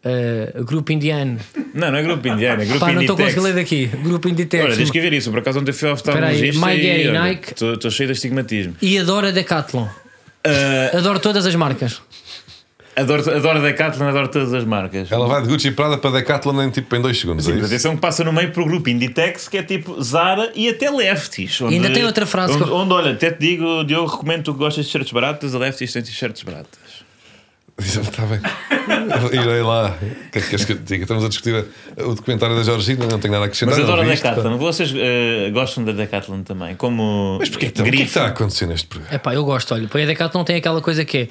Speaker 1: eh, Grupo Indiano.
Speaker 3: Não, não é grupo indiano, é grupo
Speaker 1: Pá, não estou
Speaker 3: Inditex.
Speaker 1: conseguindo ler daqui. Grupo Inditex.
Speaker 3: Olha, tens que ver isso, por acaso ontem fui ao
Speaker 1: aí,
Speaker 3: oftalmologista
Speaker 1: My Gary,
Speaker 3: e olha,
Speaker 1: Nike.
Speaker 3: estou estou cheio de estigmatismo.
Speaker 1: E adoro a Decathlon.
Speaker 3: Eh,
Speaker 1: Adoro todas as marcas.
Speaker 3: adoro, adoro a Decathlon, adoro todas as marcas.
Speaker 2: Ela vai de Gucci e Prada para Decathlon em, tipo, em dois segundos. é
Speaker 3: Sim, mas
Speaker 2: isso?
Speaker 3: atenção que passa no meio para o grupo Inditex, que é tipo Zara e até Lefties. Onde,
Speaker 1: Ainda tem outra frase que
Speaker 3: Onde,
Speaker 1: eu-
Speaker 3: onde, olha, até te digo, Diogo, recomendo que gostas de t-shirts baratas, a Lefties tem t-shirts baratas.
Speaker 2: <laughs> Está Tá bem. Irei lá. O que é que queres que eu te diga? Estamos a discutir o documentário da Georgina, não tenho nada a acrescentar.
Speaker 3: Mas
Speaker 2: não
Speaker 3: adoro a
Speaker 2: vi isto, pá.
Speaker 3: Decathlon. Vocês eh, gostam da Decathlon também? Como
Speaker 2: Mas porquê então? O que é que está a acontecer neste programa?
Speaker 1: É pá, eu gosto. Olha, para a Decathlon tem aquela coisa que é: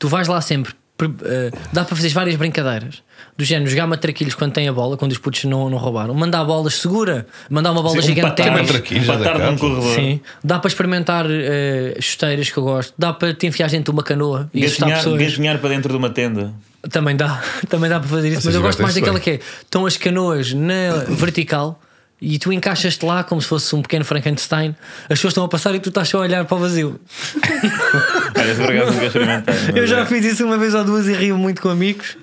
Speaker 1: tu vais lá sempre. pre- eh, dá para fazer várias brincadeiras do género jogar matraquilhos quando tem a bola, quando os putos não, não roubaram, mandar bolas segura, mandar uma bola
Speaker 3: um
Speaker 1: gigante
Speaker 3: patar,
Speaker 1: ténis.
Speaker 2: matraquilhos
Speaker 3: um
Speaker 2: da
Speaker 3: patar num
Speaker 2: Decathlon.
Speaker 3: corredor.
Speaker 1: Sim, dá para experimentar eh, chuteiras que eu gosto, dá para te enfiar dentro de uma canoa e assustar
Speaker 3: Gastinhar,
Speaker 1: pessoas.
Speaker 3: gastinhar para dentro de uma tenda.
Speaker 1: Também dá, <laughs> também dá para fazer isso, mas
Speaker 2: seja,
Speaker 1: eu gosto
Speaker 2: vai
Speaker 1: mais
Speaker 2: ter
Speaker 1: daquela que
Speaker 2: sonho.
Speaker 1: é: estão as canoas na vertical e tu encaixas-te lá como se fosse um pequeno Frankenstein, as pessoas estão a passar e tu estás só a olhar para o vazio.
Speaker 3: Olha, esse por acaso nunca experimentei.
Speaker 1: <laughs>
Speaker 3: mas
Speaker 1: Eu já
Speaker 3: é.
Speaker 1: fiz isso uma vez ou duas e rio muito com amigos.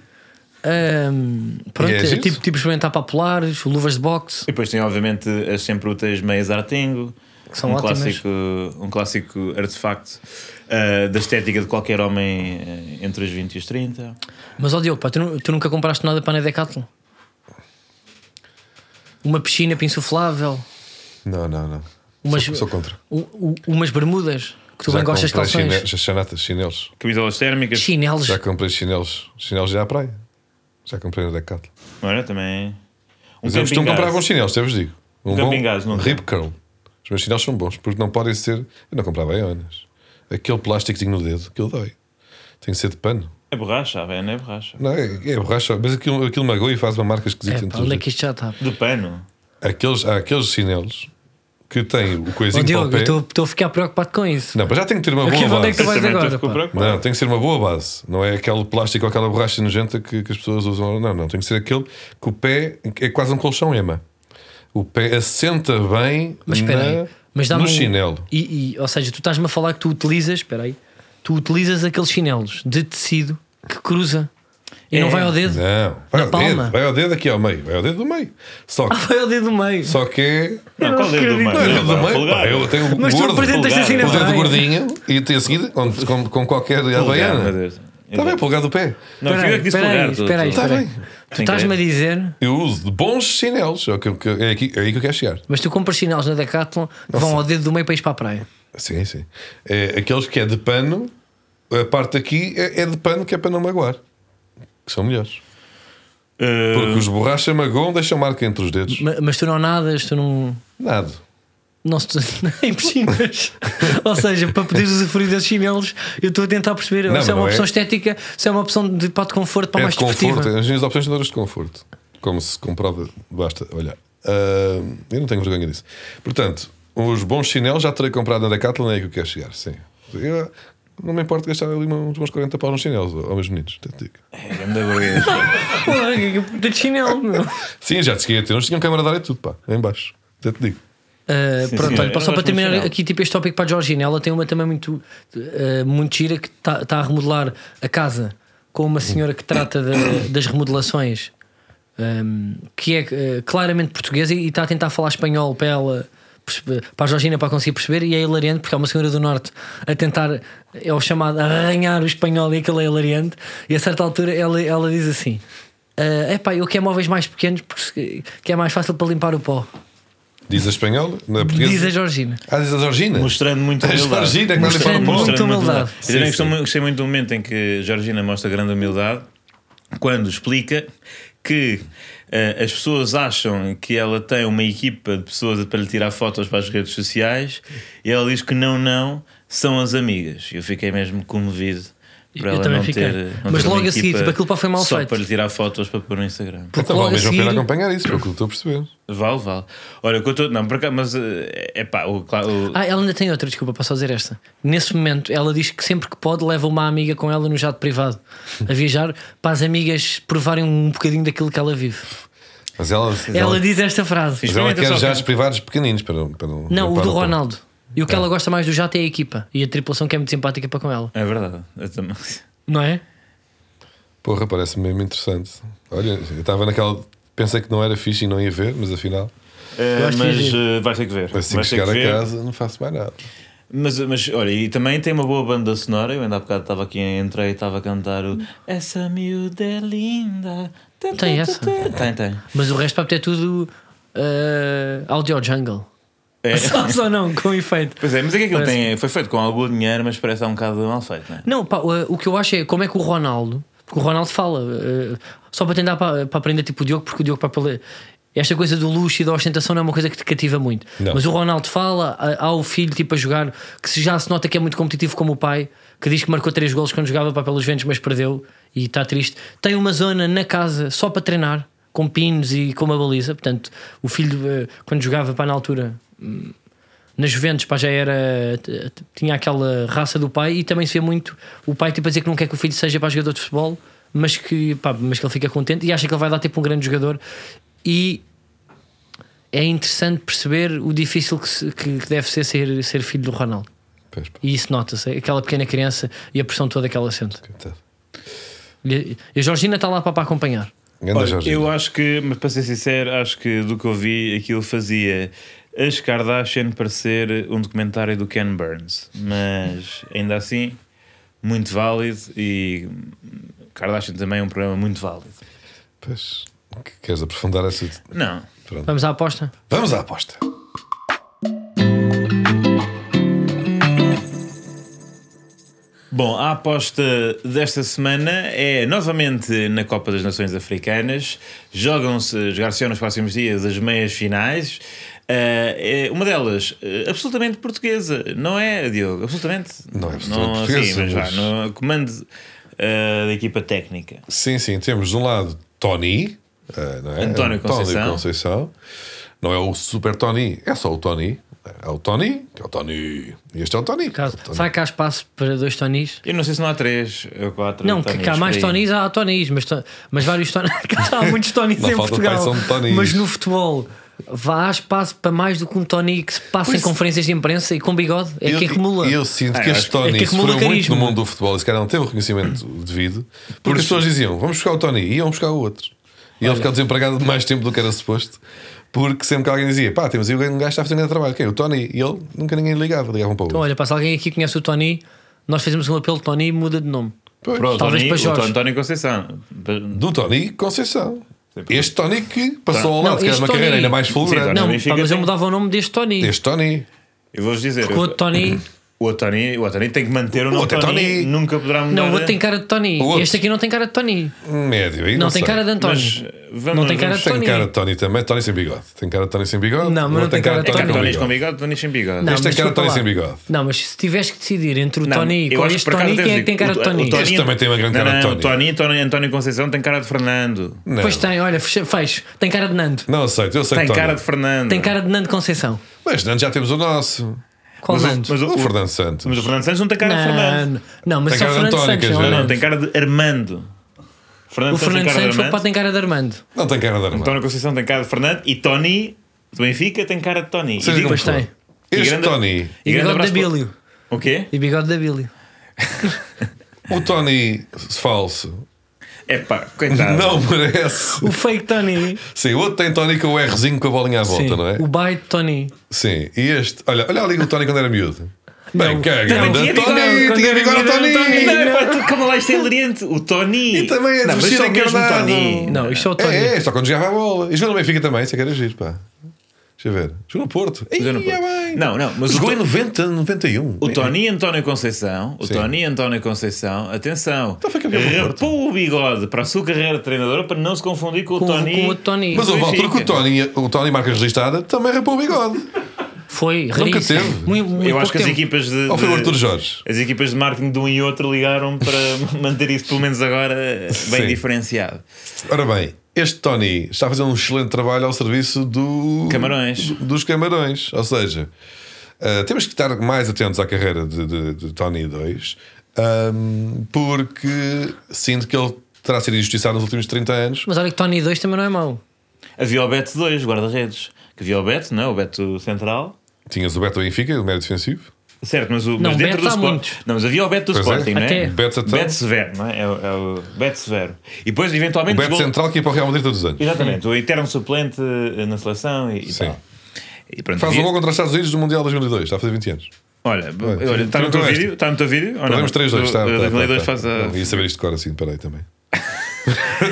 Speaker 1: Ahm, pronto,
Speaker 2: E é
Speaker 1: é
Speaker 2: giro?
Speaker 1: tipo, tipo experimentar para polares, luvas de boxe.
Speaker 3: E depois tem, obviamente, as sempre úteis meias artengo.
Speaker 1: Que são
Speaker 3: um
Speaker 1: ótimas.
Speaker 3: Clássico, um clássico artefacto ah, da estética de qualquer homem eh, entre os 20 e os 30.
Speaker 1: Mas ó Diogo, pá, tu, nu- tu nunca compraste nada para a Decathlon? Uma piscina para insuflável,
Speaker 2: Não, não, não.
Speaker 1: Umas-
Speaker 2: Sou, sou contra.
Speaker 1: u- u- umas bermudas que tu bem gostas de
Speaker 2: comprei
Speaker 1: calções,
Speaker 2: chine- já chanatas, chinelos.
Speaker 3: Camisolas térmicas.
Speaker 1: chinelos.
Speaker 2: Já comprei chinelos. Chinelos já à praia. Já comprei na Decathlon.
Speaker 3: Olha, também. Um
Speaker 2: Mas eu costumo
Speaker 3: camping
Speaker 2: comprar
Speaker 3: gás.
Speaker 2: bons chinelos, eu vos digo. Um
Speaker 3: camping gás, não
Speaker 2: rib curl. Os meus chinelos são bons, porque não podem ser. Eu não comprava Ionas. Aquele plásticozinho no dedo, aquilo dói. Tem que ser de pano.
Speaker 3: É borracha, velho, não é borracha.
Speaker 2: Não, é, é borracha, mas aquilo, aquilo magoa e faz uma marca
Speaker 1: É,
Speaker 2: esquisita
Speaker 1: pá,
Speaker 2: entre os
Speaker 1: onde é
Speaker 2: dedos.
Speaker 1: que isto já está?
Speaker 3: De pano.
Speaker 2: aqueles, há aqueles chinelos que têm o
Speaker 1: Ó
Speaker 2: coisinho para o
Speaker 1: Diogo,
Speaker 2: pé.
Speaker 1: eu estou- estou a ficar preocupado com isso.
Speaker 2: Não, mas já tem que ter uma
Speaker 1: Aqui,
Speaker 2: boa
Speaker 1: onde é que tu
Speaker 2: base.
Speaker 1: vais
Speaker 3: Também
Speaker 1: agora,
Speaker 3: estou
Speaker 1: pá.
Speaker 3: preocupado.
Speaker 2: Não, tem que ser uma boa base. Não é aquele plástico ou aquela borracha nojenta que, que as pessoas usam. Não, não. Tem que ser aquele que o pé é quase um colchão ema. O pé assenta bem
Speaker 1: Mas espera
Speaker 2: na,
Speaker 1: aí, mas dá-me
Speaker 2: no
Speaker 1: um-
Speaker 2: chinelo.
Speaker 1: E, e, ou seja, tu estás-me a falar que tu utilizas, espera aí, tu utilizas aqueles chinelos de tecido que cruza e
Speaker 3: É.
Speaker 1: não vai ao dedo,
Speaker 2: Não, vai
Speaker 1: Na
Speaker 2: ao
Speaker 1: palma.
Speaker 2: dedo. Vai ao dedo aqui ao meio. Vai ao dedo do meio. Só
Speaker 1: <laughs>
Speaker 2: que,
Speaker 1: vai ao dedo do meio.
Speaker 2: só que é.
Speaker 3: Não, qual é o dedo do
Speaker 1: acredito.
Speaker 3: meio?
Speaker 2: Não, é dedo
Speaker 3: pá,
Speaker 2: do meio.
Speaker 3: polegar.
Speaker 2: Pá, eu tenho o
Speaker 1: Mas tu
Speaker 2: gordo.
Speaker 1: apresentas assim na
Speaker 2: O dedo
Speaker 1: praia.
Speaker 2: gordinho e tem a seguir onde- com, com qualquer
Speaker 3: Polegar, meu
Speaker 2: havaiana.
Speaker 3: Deus.
Speaker 2: Está bem, polegar do pé.
Speaker 3: Não,
Speaker 1: Espera
Speaker 3: fica
Speaker 1: aí,
Speaker 3: que disse
Speaker 1: espera
Speaker 3: polegar.
Speaker 1: aí, espera aí,
Speaker 3: tu- tu-
Speaker 1: espera aí.
Speaker 2: Tá bem.
Speaker 1: Tu estás-me a dizer,
Speaker 2: Eu uso de bons chinelos. É, o que eu- que- é aqui, é aí que eu quero chegar.
Speaker 1: mas tu compras chinelos na Decathlon que vão ao dedo do meio para ir para a praia.
Speaker 2: Sim, sim. É, aqueles que é de pano, a parte aqui é, é de pano que é para não magoar. Que são melhores.
Speaker 3: Eh,
Speaker 2: Porque os borracha magoam, deixam marca entre os dedos.
Speaker 1: Ma- Mas, tu não nadas, tu não.
Speaker 2: Nada.
Speaker 1: Não se <laughs> em piscinas. Ou seja, para poderes usufruir desses chinelos, eu estou a tentar perceber
Speaker 2: Não,
Speaker 1: se é
Speaker 2: não
Speaker 1: uma
Speaker 2: é.
Speaker 1: opção estética, se é uma opção de pá de conforto para
Speaker 2: é
Speaker 1: mais
Speaker 2: de conforto.
Speaker 1: desportiva.
Speaker 2: As minhas opções são todas de conforto. Como se comprova, basta olhar. Ah, eu não tenho vergonha disso. Portanto, os bons chinelos já terei comprado na Decathlon, é aí que eu quero chegar. Sim. Eu, não me importo gastar ali uns bons 40 paus nos chinelos, aos meus meninos. Tanto digo.
Speaker 3: é grande burguês.
Speaker 1: Porra, que puta de chinelo, meu.
Speaker 2: Sim, já te cheguei a ter. Uns tinham câmara de ar e tudo, pá, lá em baixo. Até te digo.
Speaker 1: Uh,
Speaker 3: Sim, É
Speaker 1: pronto,
Speaker 3: senhora.
Speaker 1: olha,
Speaker 3: Eu
Speaker 1: só para
Speaker 3: gosto muito
Speaker 1: terminar
Speaker 3: dela.
Speaker 1: aqui tipo este tópico para a Georgina, ela tem uma também muito, uh, muito gira que está a remodelar a casa com uma senhora que trata da- das remodelações, um, que é uh, claramente portuguesa e está a tentar falar espanhol para ela. perceber- Para a Georgina para conseguir perceber, e é hilariante porque há uma senhora do Norte a tentar, é o chamado arranhar o espanhol e aquilo é hilariante. E a certa altura ela, ela diz assim: é Epá, eu quero móveis mais pequenos porque se- que é mais fácil para limpar o pó.
Speaker 2: Diz a espanhola, na portuguesa.
Speaker 1: Diz a Georgina.
Speaker 2: Ah, diz a Georgina.
Speaker 3: Mostrando muito
Speaker 2: A
Speaker 3: humildade.
Speaker 2: Georgina, que vai limpar
Speaker 1: Mostrando
Speaker 2: o pó.
Speaker 1: muito- humildade.
Speaker 3: Eu
Speaker 2: Sim,
Speaker 3: também
Speaker 2: sim.
Speaker 3: gostei mu- gostei muito do momento em que Georgina mostra grande humildade quando explica que eh, as pessoas acham que ela tem uma equipa de pessoas para lhe tirar fotos para as redes sociais e ela diz que não, não, são as amigas. Eu fiquei mesmo comovido
Speaker 1: Eu também fiquei. Mas logo a seguir, tipo, aquilo pá foi mal
Speaker 3: só
Speaker 1: feito.
Speaker 3: Só para lhe tirar fotos para pôr no Instagram.
Speaker 1: Porque
Speaker 2: Então vale
Speaker 1: logo a
Speaker 2: mesmo a pena
Speaker 1: seguir,
Speaker 2: acompanhar isso, pelo que eu estou a perceber.
Speaker 3: Vale, vale. Olha, o que eu estou. Não, por acaso, mas eh, é pá, o. claro, o-
Speaker 1: Ah, ela ainda tem outra, desculpa, posso só dizer esta. Nesse momento, ela diz que sempre que pode leva uma amiga com ela no jato privado a viajar para as amigas provarem um bocadinho daquilo que ela vive.
Speaker 2: Mas ela,
Speaker 1: Ela diz esta frase.
Speaker 2: mas ela
Speaker 3: Experimenta
Speaker 2: quer
Speaker 3: só,
Speaker 2: já
Speaker 3: cara.
Speaker 2: os privados pequeninos para, para não.
Speaker 1: Não, o
Speaker 2: para
Speaker 1: do
Speaker 2: não-
Speaker 1: Ronaldo. E o que ela gosta mais do jato é a equipa e a tripulação que é muito simpática para com ela,
Speaker 3: É verdade. Eu também-
Speaker 1: não é?
Speaker 2: Porra, parece mesmo interessante. Olha, eu estava naquela. Pensei que não era fixe e não ia ver, mas afinal,
Speaker 3: Eh,
Speaker 1: acho
Speaker 3: mas
Speaker 1: giro.
Speaker 3: eh, vais ter que
Speaker 2: assim que
Speaker 3: ver. vais ter que
Speaker 2: chegar
Speaker 3: ver.
Speaker 2: a casa, não faço mais nada.
Speaker 3: Mas, mas olha, e também tem uma boa banda sonora. Eu ainda há bocado estava aqui, entrei e estava a cantar o Essa miúda é linda. Tá,
Speaker 1: Tem
Speaker 3: tá,
Speaker 1: essa?
Speaker 3: tá, tá. Tem, tem.
Speaker 1: Mas o resto para é tudo eh, audio jungle. <laughs>
Speaker 3: É.
Speaker 1: Só, só não, com efeito.
Speaker 3: Pois é, mas é que aquilo
Speaker 1: Parece-
Speaker 3: tem, foi feito com algum dinheiro, mas parece que está um bocado mal feito, não é?
Speaker 1: Não, pá, o o que eu acho é como é que o Ronaldo, porque o Ronaldo fala, eh, só para tentar para, para aprender tipo o Diogo, porque o Diogo para pela- esta coisa do luxo e da ostentação não é uma coisa que te cativa muito.
Speaker 2: Não.
Speaker 1: Mas o Ronaldo fala, há- há o filho tipo a jogar, que se já se nota que é muito competitivo como o pai, que diz que marcou três golos quando jogava para pelos ventos, mas perdeu e está triste. Tem uma zona na casa só para treinar, com pinos e com uma baliza. Portanto, o filho eh, quando jogava para na altura nas Juventus pá, já era t- t- tinha aquela raça do pai e também se vê muito o pai tipo a dizer que não quer que o filho seja para jogador de futebol mas que, pá, mas que ele fica contente e acha que ele vai dar tipo um grande jogador e é interessante perceber o difícil que, se- que- que deve ser, ser ser filho do Ronaldo
Speaker 2: Pois, pá,
Speaker 1: e isso nota-se, é aquela pequena criança e a pressão toda que ela sente
Speaker 2: coitado.
Speaker 1: e a- e a Georgina está lá para, para acompanhar
Speaker 2: Ganda
Speaker 3: Olha,
Speaker 2: Jorge.
Speaker 3: eu acho que, mas para ser sincero, acho que do que eu vi, aquilo fazia as Kardashian parecer um documentário do Ken Burns, mas ainda assim, muito válido e Kardashian também é um programa muito válido.
Speaker 2: Pois, que- queres aprofundar essa.
Speaker 3: Não,
Speaker 2: Pronto.
Speaker 1: vamos à aposta?
Speaker 2: Vamos à aposta.
Speaker 3: Bom, a aposta desta semana é novamente na Copa das Nações Africanas. Jogam-se, jogar-se nos próximos dias as meias finais. Ah, é uma delas, eh, absolutamente portuguesa, não é, Diogo? Absolutamente.
Speaker 2: Não é absolutamente
Speaker 3: Sim,
Speaker 2: portuguesa,
Speaker 3: mas vá,
Speaker 2: mas-
Speaker 3: no comando ah, da equipa técnica.
Speaker 2: Sim, sim, temos de um lado Tony, eh, não é?
Speaker 3: António Conceição.
Speaker 2: Conceição. Não é o Super Tony, é só o Tony. É o Tony, que é o Tony. E este é o Tony.
Speaker 1: Caso,
Speaker 2: Tony.
Speaker 1: será que há espaço para dois Tonis?
Speaker 3: Eu não sei se não há três ou quatro.
Speaker 1: Não, que, que há mais
Speaker 3: Tonis.
Speaker 1: Tonis, há Tonis, mas, to- mas vários <laughs> Tonis. há muitos Tonis
Speaker 2: Não
Speaker 1: em
Speaker 2: falta
Speaker 1: Portugal.
Speaker 2: pai, são Tonis.
Speaker 1: Mas no futebol, vá há espaço para mais do que um Tony que se passa em conferências de imprensa e com bigode. É
Speaker 2: eu,
Speaker 1: quem acumula.
Speaker 2: Eu sinto
Speaker 3: Ah,
Speaker 2: que
Speaker 3: eu
Speaker 2: este
Speaker 3: acho que-
Speaker 1: é
Speaker 2: Tony
Speaker 1: que acumula
Speaker 2: sofreu muito
Speaker 1: carisma. Uhum.
Speaker 2: no mundo do futebol. Esse cara não teve o reconhecimento devido. Porque as pessoas diziam: vamos buscar o Tony e iam buscar o outro. E ele ficava desempregado de mais tempo do que era suposto. Porque sempre que alguém dizia: pá, temos aí um gajo que está a fazer um grande trabalho. Quem? O Tony. E ele nunca ninguém ligava. Ligavam para o outro.
Speaker 1: Então, olha, passa alguém aqui que conhece o Tony, nós fizemos um apelo de Tony e muda de nome.
Speaker 2: Pois.
Speaker 3: Pronto,
Speaker 1: Talvez
Speaker 3: Tony,
Speaker 1: para
Speaker 3: o
Speaker 1: Jorge.
Speaker 3: António Conceição.
Speaker 2: Do Tony Conceição.
Speaker 3: Sempre.
Speaker 2: Este Tony que passou ao
Speaker 1: Não,
Speaker 2: lado, que era
Speaker 1: este
Speaker 2: uma
Speaker 1: Tony-
Speaker 2: carreira ainda mais
Speaker 3: Sim,
Speaker 2: fulgurante.
Speaker 1: Não,
Speaker 3: Benfica
Speaker 1: pá, mas eu
Speaker 3: tem-
Speaker 1: mudava o nome deste Tony.
Speaker 2: Este Tony.
Speaker 3: Eu vou-vos dizer.
Speaker 1: Porque o outro Tony.
Speaker 3: O Otani, o Otani tem que manter o nome
Speaker 2: outro é
Speaker 3: Tony,
Speaker 2: Tony.
Speaker 3: nunca poderá mudar.
Speaker 1: Não, o outro tem cara de Tony.
Speaker 2: O outro.
Speaker 1: Este aqui não tem cara de Tony.
Speaker 2: Médio. aí
Speaker 1: Não, tem
Speaker 2: sei.
Speaker 1: cara de António.
Speaker 3: Mas, vamos-
Speaker 1: não tem cara
Speaker 3: vamos-
Speaker 1: de
Speaker 2: Tem
Speaker 1: Tony.
Speaker 2: cara de Tony também. Tony sem bigode. Tem cara de Tony sem bigode.
Speaker 1: Não, mas não tem cara de
Speaker 3: É que há
Speaker 1: Tony.
Speaker 3: Tónis com bigode, Tónis sem bigode.
Speaker 1: Não,
Speaker 2: Este
Speaker 1: mas
Speaker 2: é cara
Speaker 1: desculpa
Speaker 2: de Tony
Speaker 1: lá.
Speaker 2: sem bigode.
Speaker 1: Não, mas se tiveres que decidir entre o Tony e
Speaker 3: eu
Speaker 1: qual
Speaker 3: acho que
Speaker 1: este
Speaker 3: por acaso
Speaker 1: Tony,
Speaker 3: devo
Speaker 1: quem é que
Speaker 3: dizer,
Speaker 1: tem cara de
Speaker 3: o- o
Speaker 1: Tony?
Speaker 2: Este também tem uma grande
Speaker 3: não,
Speaker 2: cara de
Speaker 3: não,
Speaker 2: Tony.
Speaker 3: Tony, Tony. António Conceição tem cara de Fernando.
Speaker 2: Não.
Speaker 1: Pois tem, olha, fecha- fecho. Tem cara de Nando.
Speaker 2: Não aceito, eu aceito
Speaker 3: Tem
Speaker 2: Tony.
Speaker 3: cara de Fernando.
Speaker 1: Tem cara de Nando Conceição.
Speaker 2: Mas Nando já temos o nosso.
Speaker 1: Qual
Speaker 3: Mas o-
Speaker 1: Nando?
Speaker 3: mas
Speaker 2: O Fernando Santos.
Speaker 3: Mas o Fernando Santos não tem cara de Fernando.
Speaker 1: Não, não, mas
Speaker 2: Tem
Speaker 1: só o
Speaker 2: cara de
Speaker 1: Fernando
Speaker 2: António,
Speaker 1: Santos.
Speaker 2: quer
Speaker 1: não é
Speaker 2: dizer.
Speaker 3: Não,
Speaker 1: Nando.
Speaker 3: tem cara de Armando. Fernando
Speaker 1: O Fernando
Speaker 3: Santos tem cara
Speaker 1: Santos
Speaker 3: de
Speaker 1: o pá,
Speaker 3: Armando.
Speaker 1: tem cara de Armando.
Speaker 2: Não tem cara de Armando.
Speaker 3: António Conceição tem cara de Fernando. E Tony, do Benfica, tem cara de Tony. E
Speaker 2: Seja como
Speaker 3: digo-
Speaker 1: Pois
Speaker 2: for.
Speaker 1: tem.
Speaker 3: E
Speaker 2: Este
Speaker 3: grande-
Speaker 2: Tony.
Speaker 1: E
Speaker 3: grande
Speaker 1: bigode de
Speaker 3: abraço para-
Speaker 1: Abílio.
Speaker 3: O quê?
Speaker 1: E bigode de Abílio.
Speaker 2: O Tony falso.
Speaker 3: É pá, coitado.
Speaker 2: Não merece.
Speaker 1: O fake Tony.
Speaker 2: Sim, o outro tem Tony com o Rzinho com a bolinha à volta,
Speaker 1: Sim.
Speaker 2: não é?
Speaker 1: O bite Tony.
Speaker 2: Sim, e este. Olha, olha ali o Tony quando era miúdo. Bem,
Speaker 1: Não,
Speaker 2: que
Speaker 1: também
Speaker 2: grande
Speaker 3: tinha bigode,
Speaker 2: Tony!
Speaker 1: quando
Speaker 2: Tinha
Speaker 1: era
Speaker 2: bigode o
Speaker 1: miúdo era
Speaker 2: Tony!
Speaker 1: um Tony.
Speaker 3: Não, é pá, tu, calma lá, isto é hilariante. O Tony.
Speaker 2: E também é
Speaker 3: não, mas
Speaker 2: de
Speaker 3: isto é o mesmo
Speaker 2: encarnado.
Speaker 3: Tony.
Speaker 1: Não, isto é o Tony.
Speaker 2: É, é, só quando jogava a bola. E jogou no Benfica também, isso é que era giro, pá. Deixa eu ver. Jogou no Porto. Ei,
Speaker 3: Jogou no Porto.
Speaker 2: é bem.
Speaker 3: Não, não, mas o
Speaker 2: jogou em
Speaker 3: Tony-
Speaker 2: 90, 91.
Speaker 3: O Tony António Conceição, o
Speaker 2: Sim. Então
Speaker 3: Tony António Conceição, atenção,
Speaker 2: foi campeão do Porto.
Speaker 3: rapou o bigode para a sua carreira de treinador para não se confundir com o
Speaker 1: Com-
Speaker 3: Tony.
Speaker 1: com o Tony.
Speaker 2: Mas houve
Speaker 3: o
Speaker 2: altura que o Tony, o Tony Marcas Listada também rapou o bigode.
Speaker 1: Foi
Speaker 2: Nunca
Speaker 1: raríssimo.
Speaker 2: teve.
Speaker 1: Muito, muito
Speaker 3: Eu
Speaker 1: pouco
Speaker 3: acho que as
Speaker 1: tempo.
Speaker 3: equipas de.
Speaker 2: Ou foi o
Speaker 3: de-
Speaker 2: Arthur Jorge?
Speaker 3: As equipas de marketing de um e outro ligaram para <laughs> manter isso, pelo menos agora, bem
Speaker 2: Sim.
Speaker 3: diferenciado.
Speaker 2: Ora bem, este Tony está a fazer um excelente trabalho ao serviço do,
Speaker 3: Camarões.
Speaker 2: do- dos camarões. Ou seja, ah, temos que estar mais atentos à carreira de, de- de Tony 2, ahm, porque sinto que ele terá sido injustiçado nos últimos 30 anos.
Speaker 1: Mas olha que Tony 2 também não é mau.
Speaker 3: Havia o Beto 2, guarda-redes. Que havia o Beto, não é? O Beto Central.
Speaker 2: Tinhas o Beto Benfica, o médio defensivo.
Speaker 3: Certo, mas, o,
Speaker 1: Não,
Speaker 3: mas dentro
Speaker 1: Beto
Speaker 3: do
Speaker 1: há
Speaker 3: Sport-
Speaker 1: muitos.
Speaker 3: Não, mas havia o Beto do
Speaker 2: Pois é.
Speaker 3: Sporting, não
Speaker 1: Até.
Speaker 3: é?
Speaker 2: Beto então.
Speaker 3: Beto Severo, não é? É, o- é o Beto Severo. E depois,
Speaker 2: O
Speaker 3: eventualmente.
Speaker 2: Beto
Speaker 3: os gol-
Speaker 2: Central que ia para o Real Madrid todos os anos.
Speaker 3: Exatamente, o eterno suplente eh, na seleção e, e
Speaker 2: Sim.
Speaker 3: tal. E pronto,
Speaker 2: Faz um o
Speaker 3: havia-
Speaker 2: gol contra os Estados Unidos no Mundial 2002, está a fazer 20 anos.
Speaker 3: Olha,
Speaker 2: Olha,
Speaker 3: olha, está no teu
Speaker 2: tu- tu-
Speaker 3: vídeo? Está no teu vídeo? ou não?
Speaker 2: Perdemos tá, 3-2, está.
Speaker 3: Do-
Speaker 2: está,
Speaker 3: do
Speaker 2: está,
Speaker 3: 2002
Speaker 2: está.
Speaker 3: faz a-
Speaker 2: Não, Ia saber isto de cor assim, parei
Speaker 3: <laughs>
Speaker 2: também.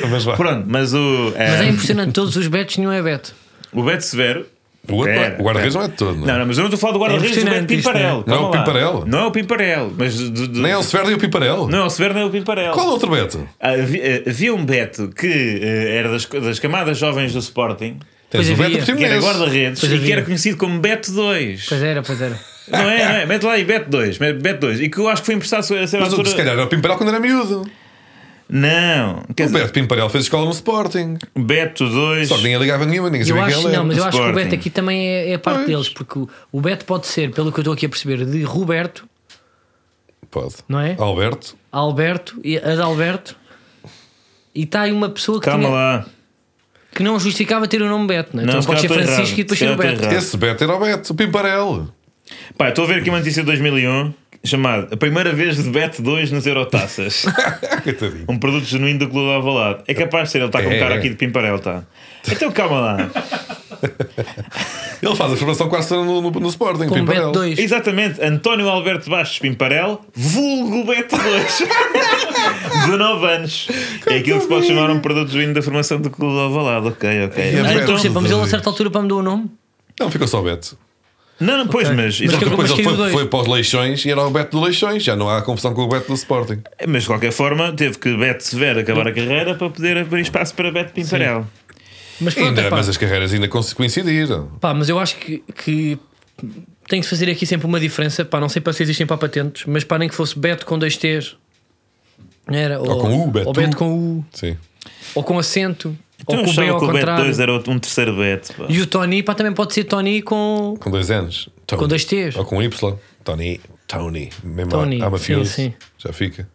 Speaker 2: Mas vá.
Speaker 3: Pronto, mas o. eh,
Speaker 1: Mas é impressionante, todos os betos nenhum é beto.
Speaker 3: O Beto Severo.
Speaker 2: O outro
Speaker 3: Pera,
Speaker 2: não é- o guarda-redes
Speaker 3: pera.
Speaker 2: não é de todo, não é?
Speaker 3: Não, não, mas eu não estou a falar do guarda-redes
Speaker 1: É
Speaker 3: do Beto
Speaker 1: impressionante isto,
Speaker 3: Pimparel.
Speaker 2: não é? Não é o
Speaker 3: calma lá.
Speaker 2: Pimparel?
Speaker 3: Não é o Pimparel, mas. do- do-
Speaker 2: Nem é o Severo nem o Piparel.
Speaker 3: Não é o Severo, nem é o Pimparel.
Speaker 2: Qual é o outro Beto?
Speaker 3: Ah, Havia havia um Beto que eh, era das, das camadas jovens do Sporting,
Speaker 1: Pois
Speaker 2: Tens o
Speaker 1: havia.
Speaker 2: Beto
Speaker 3: que era
Speaker 2: Portimonense.
Speaker 3: guarda-redes
Speaker 1: Pois
Speaker 3: e que
Speaker 1: havia.
Speaker 3: era conhecido como Beto 2.
Speaker 1: Pois era, pois era.
Speaker 3: Não é, não é? Mete lá aí Beto 2, Beto 2. E que eu acho que foi emprestado a ser
Speaker 2: Mas o-
Speaker 3: altura.
Speaker 2: se calhar era o Pimparel quando era miúdo.
Speaker 3: Não, quer
Speaker 2: O
Speaker 3: dizer,
Speaker 2: Beto Pimparel fez escola no Sporting.
Speaker 3: Beto 2.
Speaker 2: Só que ninguém ligava nenhuma, ninguém
Speaker 1: Eu
Speaker 2: sabia
Speaker 1: acho,
Speaker 2: quem ele
Speaker 1: não,
Speaker 2: era.
Speaker 1: mas eu acho que o
Speaker 3: é Sporting.
Speaker 1: Beto aqui também é, é parte
Speaker 2: Pois.
Speaker 1: deles, porque o, o Beto pode ser, pelo que eu estou aqui a perceber, de Roberto,
Speaker 2: Pode.
Speaker 1: não é?
Speaker 2: Alberto.
Speaker 1: Alberto e Adalberto. E está aí uma pessoa que,
Speaker 3: Calma
Speaker 1: tinha-
Speaker 3: lá.
Speaker 1: que não justificava ter o nome Beto, não é?
Speaker 3: Não,
Speaker 1: Então
Speaker 3: se
Speaker 1: pode ser
Speaker 3: calhar estou
Speaker 1: Francisco e
Speaker 3: errado,
Speaker 1: depois
Speaker 3: se
Speaker 1: ser o
Speaker 3: calhar
Speaker 1: Beto.
Speaker 3: estou
Speaker 2: Esse Beto era o Beto, o Pimparel. <laughs>
Speaker 3: Pá, estou a ver aqui uma notícia de 2001 chamada um, A Primeira Vez de Beto 2 nas
Speaker 2: <laughs>
Speaker 3: Eurotaças.
Speaker 2: Ah, Coitadinho.
Speaker 3: um produto genuíno do Clube Alvalade. É capaz de ser, ele está com
Speaker 2: É,
Speaker 3: cara
Speaker 2: é.
Speaker 3: aqui de Pimparel, está. Então calma lá.
Speaker 2: Ele faz a formação quase toda no, no, no Sporting,
Speaker 1: Como Beto
Speaker 2: Pimparel.
Speaker 1: 2.
Speaker 3: Exatamente, António Alberto Baixos Pimparel, vulgo Beto <laughs> 2. 19 anos. É aquilo que se pode chamar um produto genuíno da formação do Clube Alvalade. Ok, ok.
Speaker 2: É
Speaker 1: Ah,
Speaker 2: Beto
Speaker 1: então, sempre, mas ele a
Speaker 2: dois.
Speaker 1: certa altura para mudar o nome.
Speaker 2: Não, ficou só Beto.
Speaker 3: Não, não, pois, mas,
Speaker 1: Mas
Speaker 3: isso-
Speaker 1: que-
Speaker 3: mas,
Speaker 2: Depois ele
Speaker 1: caiu
Speaker 2: foi,
Speaker 1: dois.
Speaker 2: foi para os Leixões e era o Beto do Leixões. Já não há confusão com o Beto do Sporting.
Speaker 3: de qualquer forma, teve que Beto Severo acabar a carreira para poder abrir espaço para Beto Pimparel.
Speaker 1: Mas pronto,
Speaker 2: Ainda,
Speaker 1: epá.
Speaker 2: mas as carreiras ainda con- coincidiram.
Speaker 1: Pá, mas eu acho que, que tem que fazer aqui sempre uma diferença. Pá, não sei para se existem para patentes, mas para nem que fosse Beto com dois T's. Não Era, ou,
Speaker 2: com U, Beto.
Speaker 1: ou Beto com U,
Speaker 2: Sim.
Speaker 1: ou com acento,
Speaker 3: Então
Speaker 1: ou
Speaker 3: eu
Speaker 1: com B
Speaker 3: achava
Speaker 1: ao
Speaker 3: que o Beto
Speaker 1: contrário.
Speaker 3: 2 era outro- um terceiro Beto. pá.
Speaker 1: E o Tony, pá, também pode ser Tony com.
Speaker 2: Com dois N's. Tony.
Speaker 1: Com dois T's.
Speaker 2: Ou com um Y. Tony. Tony. Mesmo
Speaker 1: Tony,
Speaker 2: Tony. Há mafioso.
Speaker 1: sim, sim.
Speaker 2: Já fica.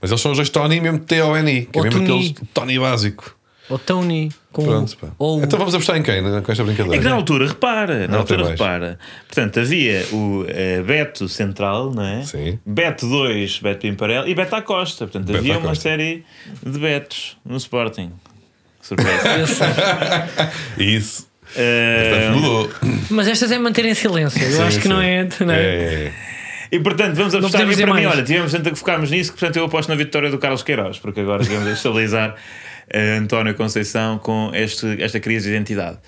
Speaker 2: Mas eles são os dois Tony, mesmo T-O-N-I. Que é
Speaker 1: Ou
Speaker 2: mesmo
Speaker 1: Tony.
Speaker 2: aqueles Tony básico.
Speaker 1: Ou Tony com
Speaker 2: Pronto,
Speaker 1: U.
Speaker 2: pá.
Speaker 1: Ou
Speaker 2: Então vamos apostar em quem? né, Com esta
Speaker 3: É que na
Speaker 2: brincadeira.
Speaker 3: altura, repara, na
Speaker 2: Não, tem
Speaker 3: altura,
Speaker 2: mais.
Speaker 3: repara. Portanto, havia o eh, Beto Central, não é?
Speaker 2: Sim.
Speaker 3: Beto 2, Beto Pimparel e Beto à Costa. Portanto,
Speaker 2: Beto
Speaker 3: havia
Speaker 2: à
Speaker 3: uma
Speaker 2: Costa.
Speaker 3: série de Betos no Sporting.
Speaker 1: <laughs>
Speaker 3: Que Surpresa.
Speaker 1: esse.
Speaker 2: Isso.
Speaker 3: Eh,
Speaker 2: Portanto, mudou.
Speaker 1: Mas estas é manter em silêncio. Eu acho que não é. Não é?
Speaker 2: É, é.
Speaker 3: e portanto, vamos apostar
Speaker 1: podemos
Speaker 3: aqui
Speaker 1: dizer
Speaker 3: para mim.
Speaker 1: mais.
Speaker 3: Olha, tivemos tanto que focarmos nisso que portanto eu aposto na vitória do Carlos Queiroz, porque agora
Speaker 1: <laughs>
Speaker 3: vamos estabilizar eh, António Conceição com este- esta crise de identidade.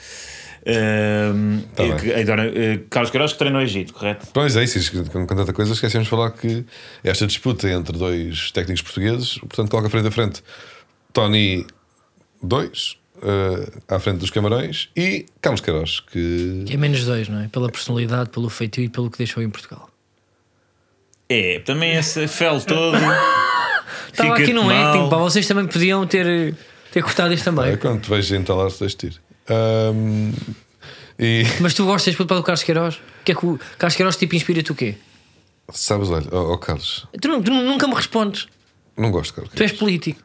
Speaker 3: Eh,
Speaker 2: Tá
Speaker 3: e
Speaker 2: bem.
Speaker 3: que- António, eh, Carlos Queiroz que treina o Egito, correto?
Speaker 2: Pois é, isso, isso, com, com tanta coisa esquecemos de falar que esta disputa entre dois técnicos portugueses, portanto, coloca frente a frente Tony 2, à frente dos Camarões, e Carlos Queiroz, que
Speaker 1: Que é menos dois, não é? Pela personalidade, pelo feitio e pelo que deixou em Portugal.
Speaker 3: É, também esse fel
Speaker 1: <laughs>
Speaker 3: todo.
Speaker 1: Estava
Speaker 3: fica-te
Speaker 1: aqui num então.
Speaker 3: mal.
Speaker 1: acting, pá. Vocês também podiam ter, ter cortado isto
Speaker 2: É
Speaker 1: também.
Speaker 2: quando te vejo entalar-se deste tiro. Ahm, e
Speaker 1: Mas tu gostas puto, pá, do Carlos Queiroz? O que é que o Carlos Queiroz tipo inspira-te o quê?
Speaker 2: sabes, olha, ó ó, Carlos,
Speaker 1: Tu, nu- tu nu- nunca me respondes.
Speaker 2: não gosto, Carlos.
Speaker 1: Tu és
Speaker 3: <laughs>
Speaker 1: político.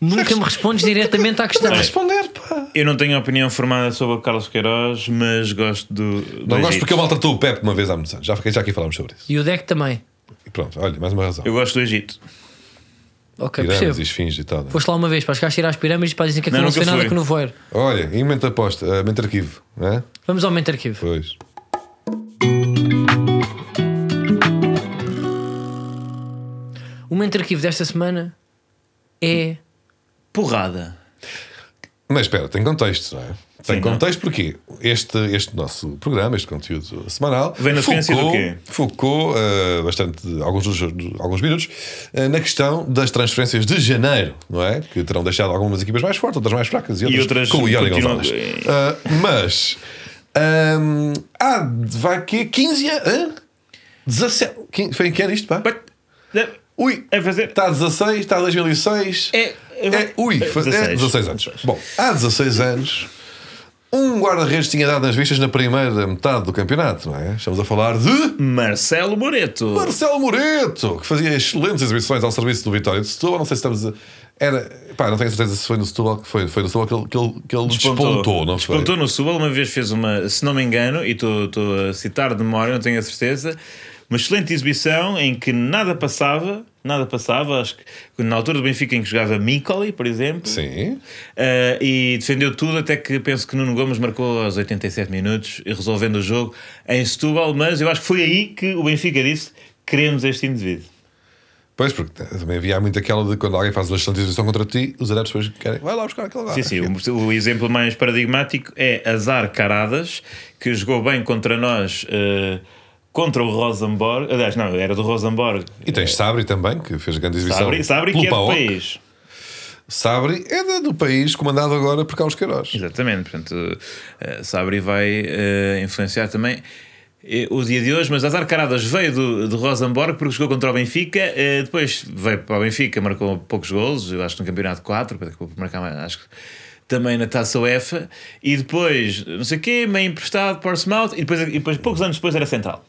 Speaker 1: nunca me respondes diretamente à questão.
Speaker 2: responder, pá.
Speaker 3: Eu não tenho opinião formada sobre o Carlos Queiroz, mas gosto do. do
Speaker 2: Não gosto
Speaker 3: Egito.
Speaker 2: porque ele maltratou o Pepe uma vez há muitos anos. Já, fiquei- já aqui falámos sobre isso.
Speaker 1: E o deck também.
Speaker 2: E pronto, olha, mais uma razão.
Speaker 3: Eu gosto do Egito.
Speaker 1: Ok,
Speaker 2: Pirâmides e
Speaker 1: percebo.
Speaker 2: esfinges e tal. né?
Speaker 1: Foste lá uma vez, para chegaste a ir às pirâmides e pá, dizem que aquilo
Speaker 3: Não,
Speaker 1: não, se vê
Speaker 3: nunca
Speaker 1: nada
Speaker 3: fui.
Speaker 1: que no voeiro.
Speaker 2: Olha, e mente aposta, ah, mente arquivo, não é?
Speaker 1: Vamos ao mente arquivo.
Speaker 2: Pois.
Speaker 1: O momento arquivo desta semana é.
Speaker 3: Porrada.
Speaker 2: Mas espera, tem contexto, não é? Tem
Speaker 3: Sim,
Speaker 2: contexto porque este, este nosso programa, este conteúdo semanal,
Speaker 3: Vem na sequência do quê?
Speaker 2: focou eh, bastante, alguns, dos- alguns minutos, eh, na questão das transferências de janeiro, não é? Que terão deixado algumas equipas mais fortes, outras mais fracas e outras,
Speaker 3: outras
Speaker 2: com o Ioni
Speaker 3: continuam-
Speaker 2: Gonzalez. Ah, Eh, mas Ahm, ah, vai que 15 anos. hã? 17. quin- Foi em que ano isto, pá?
Speaker 3: But, é-
Speaker 2: Ui,
Speaker 3: é fazer.
Speaker 2: está a 16, está a 2006.
Speaker 3: É,
Speaker 2: É, ui, foi- é 16 anos. Bom, há 16 anos, um guarda-redes tinha dado nas vistas na primeira metade do campeonato, não é? Estamos a falar de
Speaker 3: Marcelo Moreto.
Speaker 2: Marcelo Moreto, que fazia excelentes exibições ao serviço do Vitória de Setúbal. Não sei se estamos a. Era, pá, não tenho certeza se foi no Setúbal que foi, foi no Setúbal que ele, que ele, que ele despontou, não foi?
Speaker 3: Despontou no Subal, uma vez fez uma, se não me engano, e estou estou a citar de memória, não tenho a certeza, uma excelente exibição em que nada passava, nada passava, acho que na altura do Benfica em que jogava Micoli, por exemplo,
Speaker 2: Sim.
Speaker 3: eh, e defendeu tudo até que penso que Nuno Gomes marcou aos 87 minutos, resolvendo o jogo em Setúbal, mas eu acho que foi aí que o Benfica disse, queremos este indivíduo.
Speaker 2: Pois, porque também havia muito aquela de quando alguém faz uma excelente exibição contra ti, os adeptos depois querem. Vai lá buscar aquele lá.
Speaker 3: Sim, sim. O, o exemplo mais paradigmático é Azar Caradas, que jogou bem contra nós, eh, contra o Rosenborg. Aliás, não, era do Rosenborg.
Speaker 2: E tens Sabri também, que fez grande exibição.
Speaker 3: Sabri, Sabri
Speaker 2: pelo
Speaker 3: que é do
Speaker 2: PAOK.
Speaker 3: país.
Speaker 2: Sabri é da- do país comandado agora por Carlos Queiroz.
Speaker 3: Exatamente. Portanto, eh, Sabri vai eh, influenciar também eh, o dia de hoje, mas Azar Caradas veio do, do Rosenborg porque jogou contra o Benfica, eh, depois veio para o Benfica, marcou poucos golos, eu acho que no campeonato 4, acabou por marcar mais, acho que também na Taça UEFA, e depois, não sei o quê, meio emprestado, Portsmouth, e depois, e depois poucos anos depois era central.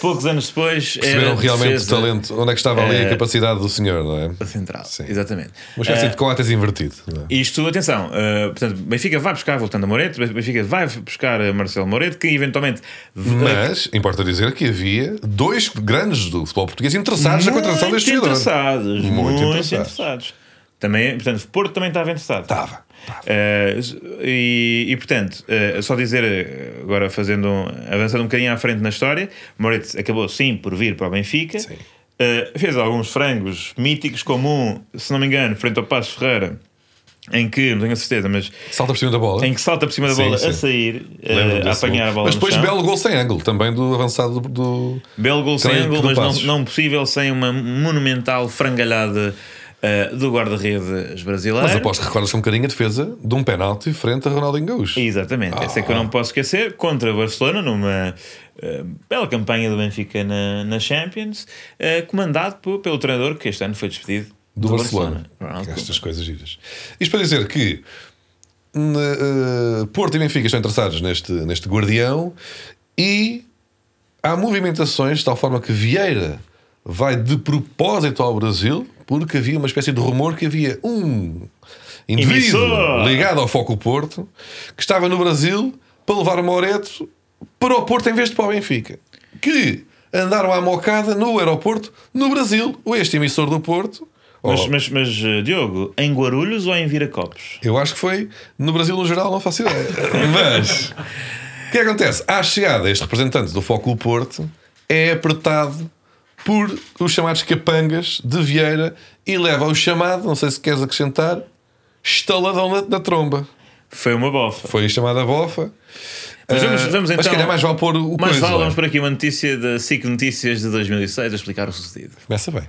Speaker 3: Poucos anos depois
Speaker 2: Perceberam
Speaker 3: era
Speaker 2: realmente
Speaker 3: É, defesa
Speaker 2: o talento, onde é que estava ali
Speaker 3: eh,
Speaker 2: a capacidade do senhor, não é? Uma
Speaker 3: central.
Speaker 2: Sim.
Speaker 3: Exatamente.
Speaker 2: espécie
Speaker 3: Eh,
Speaker 2: de coates invertido. não é?
Speaker 3: Isto, atenção, eh, portanto, Benfica vai buscar, voltando a Moreto, Benfica vai buscar eh, Marcelo Moreto, que eventualmente vai-
Speaker 2: Mas importa dizer que havia dois grandes do futebol português interessados na contratação
Speaker 3: muito
Speaker 2: deste jogador.
Speaker 3: interessados, muito, interessados.
Speaker 2: interessados. Tá,
Speaker 3: Também, portanto, Porto também estava interessado.
Speaker 2: Estava.
Speaker 3: Eh, e, e, portanto, eh, só dizer, eh, agora fazendo um- avançando um bocadinho à frente na história, Moreto acabou sim por vir para o Benfica,
Speaker 2: Sim.
Speaker 3: Eh, fez alguns frangos míticos, como um, se não me engano, frente ao Passo Ferreira, em que, não tenho a certeza, mas
Speaker 2: Salta por cima da bola.
Speaker 3: em que salta por cima da
Speaker 2: Sim,
Speaker 3: bola a
Speaker 2: sim.
Speaker 3: sair,
Speaker 2: Lembro-me
Speaker 3: eh, a
Speaker 2: desse
Speaker 3: apanhar
Speaker 2: gol.
Speaker 3: a bola.
Speaker 2: Mas
Speaker 3: no
Speaker 2: depois
Speaker 3: chão.
Speaker 2: belo gol sem ângulo, também do avançado do. do-
Speaker 3: Belo gol sem
Speaker 2: Também um
Speaker 3: ângulo,
Speaker 2: do
Speaker 3: mas não,
Speaker 2: Passos.
Speaker 3: não possível sem uma monumental frangalhada eh, do guarda-redes brasileiro.
Speaker 2: Mas aposto que recordas com carinho a defesa de um penalti frente a Ronaldinho Gaúcho.
Speaker 3: Exatamente, essa é que eu
Speaker 2: Ah.
Speaker 3: não posso esquecer. Contra o Barcelona, numa eh, bela campanha do Benfica na, na Champions, eh, comandado por- pelo treinador que este ano foi despedido
Speaker 2: do, Barcelona. é
Speaker 3: Ronald Koeman.
Speaker 2: Estas coisas giras. Isto para dizer que na, eh, Porto e Benfica estão interessados neste, neste guardião e há movimentações de tal forma que Vieira vai de propósito ao Brasil porque havia uma espécie de rumor que havia um indivíduo
Speaker 3: Emissor.
Speaker 2: ligado ao Foco Porto que estava no Brasil para levar Moreto para o Porto em vez de para o Benfica. Que andaram à mocada no aeroporto no Brasil. Ou este emissor do Porto. Oh,
Speaker 3: Mas,
Speaker 2: ou-
Speaker 3: mas, mas, eh, Diogo, em Guarulhos ou em Viracopos?
Speaker 2: eu acho que foi no Brasil no geral, não faço ideia. Mas o que acontece? À chegada, este representante do Foco Porto é apertado por os chamados capangas de Vieira e leva o chamado, não sei se queres acrescentar, estaladão na, na tromba.
Speaker 3: Foi uma bofa.
Speaker 2: Foi chamada bofa.
Speaker 3: Mas vamos,
Speaker 2: Ah,
Speaker 3: vamos então.
Speaker 2: mas se calhar mais vale pôr o
Speaker 3: mais
Speaker 2: coisa,
Speaker 3: vale,
Speaker 2: não é?
Speaker 3: vamos por aqui uma notícia da SIC Notícias de 2006 a explicar o sucedido.
Speaker 2: Começa bem.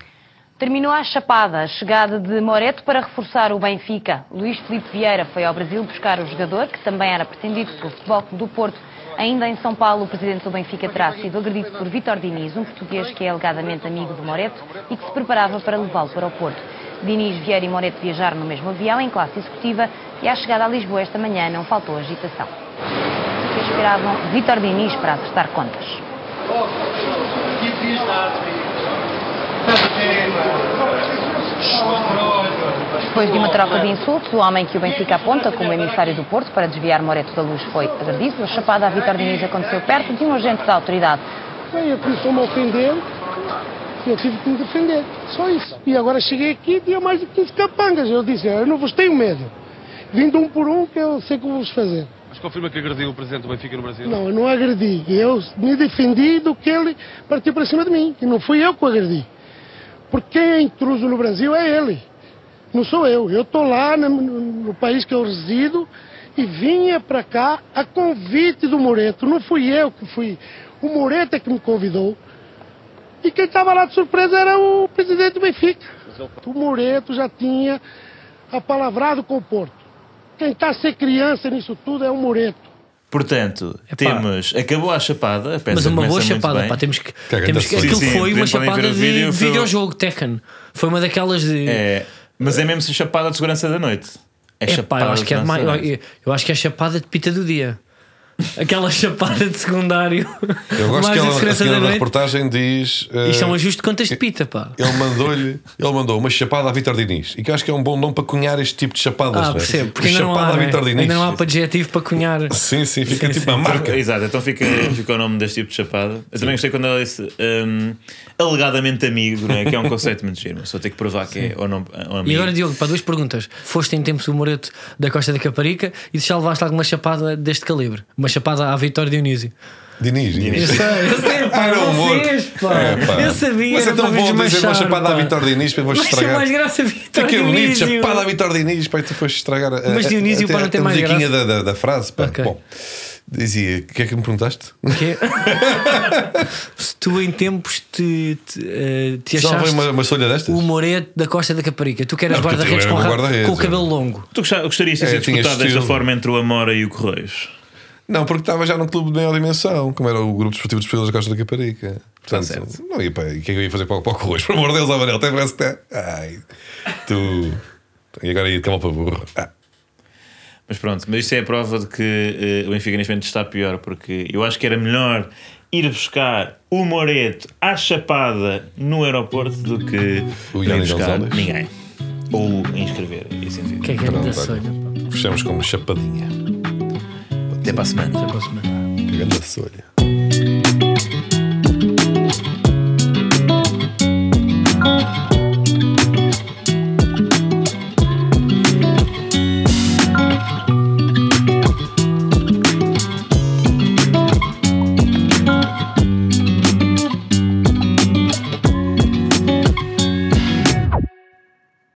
Speaker 4: Terminou à chapada a chegada de Moreto para reforçar o Benfica. Luís Filipe Vieira foi ao Brasil buscar o jogador, que também era pretendido pelo Futebol Clube do Porto. Ainda em São Paulo, o presidente do Benfica terá sido agredido por Vítor Diniz, um português que é alegadamente amigo de Moreto e que se preparava para levá-lo para o Porto. Diniz, Vieira e Moreto viajaram no mesmo avião, em classe executiva, e à chegada a Lisboa esta manhã não faltou agitação. Esperavam Vítor Diniz para acertar contas.
Speaker 5: Que fiz nada, filho.
Speaker 4: Depois de uma troca de insultos, o homem que o Benfica aponta como emissário do Porto para desviar Moreto da Luz foi agredido. A chapada a Vitor Diniz aconteceu perto de um agente da autoridade.
Speaker 6: Aí ele começou-me a ofender e eu tive que me defender. Só isso. E agora cheguei aqui e tinha mais de 15 capangas. Eu disse, eu não vos tenho medo. Vim de um por um que eu sei como vos fazer.
Speaker 7: Mas confirma que agrediu o presidente do Benfica no Brasil?
Speaker 6: Não, eu não agredi. Eu me defendi do que ele partiu para cima de mim. E não fui eu que o agredi. Porque quem é intruso no Brasil é ele. Não sou eu. Eu estou lá no, no- no país que eu resido e vinha para cá a convite do Moreto. Não fui eu que fui. O Moreto é que me convidou. E quem estava lá de surpresa era o presidente do Benfica. O Moreto já tinha tá apalavrado com o Porto. Quem está a ser criança nisso tudo é o Moreto.
Speaker 3: Portanto,
Speaker 1: Epá.
Speaker 3: temos. Acabou a chapada. A peça
Speaker 1: Mas uma boa
Speaker 3: começa muito
Speaker 1: chapada,
Speaker 3: bem.
Speaker 1: pá, temos que.
Speaker 2: grande
Speaker 1: Temos que
Speaker 2: sorte.
Speaker 1: aquilo
Speaker 3: Sim, sim,
Speaker 1: foi uma
Speaker 3: podem ver
Speaker 1: chapada
Speaker 3: o
Speaker 1: de
Speaker 3: vídeo, foi-
Speaker 1: videojogo, Tekken. Foi uma daquelas de.
Speaker 3: É, mas é mesmo chapada de segurança da noite. É
Speaker 1: É pá,
Speaker 3: chapada
Speaker 1: eu acho,
Speaker 3: de
Speaker 1: que é
Speaker 3: segurança
Speaker 1: mais,
Speaker 3: da
Speaker 1: eu,
Speaker 3: noite.
Speaker 1: eu acho que é a chapada de pita do dia. Aquela <laughs> chapada de secundário.
Speaker 2: Eu gosto
Speaker 1: mais
Speaker 2: que
Speaker 1: a
Speaker 2: ela, a
Speaker 1: segurança da
Speaker 2: senhora da
Speaker 1: noite.
Speaker 2: reportagem diz. eh,
Speaker 1: Isto é um ajuste de contas de pita, pá.
Speaker 2: Ele mandou-lhe, ele mandou uma chapada a Vitor Diniz. E que eu acho que é um bom nome para cunhar este tipo de chapadas.
Speaker 1: Ah,
Speaker 2: não é?
Speaker 1: percebo. Porque
Speaker 2: Uma
Speaker 1: ainda não,
Speaker 2: chapada
Speaker 1: há,
Speaker 2: a
Speaker 1: não é?
Speaker 2: Vítor Diniz.
Speaker 1: ainda não há adjetivo para cunhar.
Speaker 2: Sim, sim, fica
Speaker 1: Sim,
Speaker 2: tipo
Speaker 1: sim.
Speaker 2: uma marca.
Speaker 3: Exato, então fica, fica o nome deste tipo de chapada. Eu também gostei quando ela disse hum, alegadamente amigo, não é? que é um conceito muito giro, só tenho que provar que é ou não. Ou amigo.
Speaker 1: E agora, Diogo, para duas perguntas. Foste em tempos o Moreto da Costa da Caparica e se já levaste alguma chapada deste calibre? Uma chapada à Vitória Dionísio.
Speaker 2: Diniz.
Speaker 1: Eu sei, eu
Speaker 2: <laughs>
Speaker 1: sei, pá,
Speaker 2: era um humor.
Speaker 1: vocês, pá.
Speaker 2: É, pá.
Speaker 1: Eu sabia.
Speaker 2: Mas é
Speaker 1: era para
Speaker 2: tão bom
Speaker 1: vos
Speaker 2: dizer uma
Speaker 1: desmanchar,
Speaker 2: chapada
Speaker 1: pá.
Speaker 2: a Vitor Diniz para vos
Speaker 1: Mas tem
Speaker 2: estragar. um
Speaker 1: mais graça Vitor
Speaker 2: Que bonito,
Speaker 1: Dionísio.
Speaker 2: chapada a Vitor Diniz, pai, tu foste estragar a,
Speaker 1: Mas Dionísio,
Speaker 2: a,
Speaker 1: pá, não tem mais
Speaker 2: musiquinha da, da, da frase. Pá.
Speaker 1: Ok.
Speaker 2: Bom, dizia, o que é que me perguntaste?
Speaker 1: Quê?
Speaker 2: <laughs>
Speaker 1: Se tu em tempos te, te, eh, te
Speaker 2: Já
Speaker 1: achaste
Speaker 2: levei uma, uma solha destas?
Speaker 1: o Moreto da Costa da Caparica, tu que eras
Speaker 2: Não, porque
Speaker 1: guarda-redes
Speaker 2: eu
Speaker 1: com,
Speaker 2: era um
Speaker 1: ra-
Speaker 2: guarda-redes,
Speaker 1: com o
Speaker 2: eu-
Speaker 1: cabelo longo.
Speaker 3: Tu gosta- gostarias de
Speaker 2: É,
Speaker 3: ser
Speaker 2: tinha
Speaker 3: disputado desta
Speaker 2: estilo.
Speaker 3: forma entre o Amora e o Correios?
Speaker 2: Não, porque estava já num clube de maior dimensão, como era o grupo desportivo dos Pedros da Costa da Caparica. Portanto,
Speaker 3: Tá certo.
Speaker 2: não ia para. E o que é que eu ia fazer para, o- para o <laughs> Correios? Por amor de Deus, Amarelo, até parece que está. Ai, tu. E agora ia de cama para burro. Ah,
Speaker 3: Mas pronto, mas isto é a prova de que eh, o Benfica neste momento está pior, porque eu acho que era melhor ir buscar o Moreto à Chapada no aeroporto do que
Speaker 2: O
Speaker 3: ir
Speaker 2: Ioni
Speaker 3: buscar
Speaker 2: Gonzalez.
Speaker 3: ninguém. Ou inscrever, assim em sentido.
Speaker 1: O que é que era
Speaker 2: Pronto,
Speaker 1: da
Speaker 2: olha.
Speaker 1: sonha?
Speaker 2: fechamos com uma chapadinha.
Speaker 3: Até para a semana.
Speaker 1: Próxima.
Speaker 2: Que grande solha.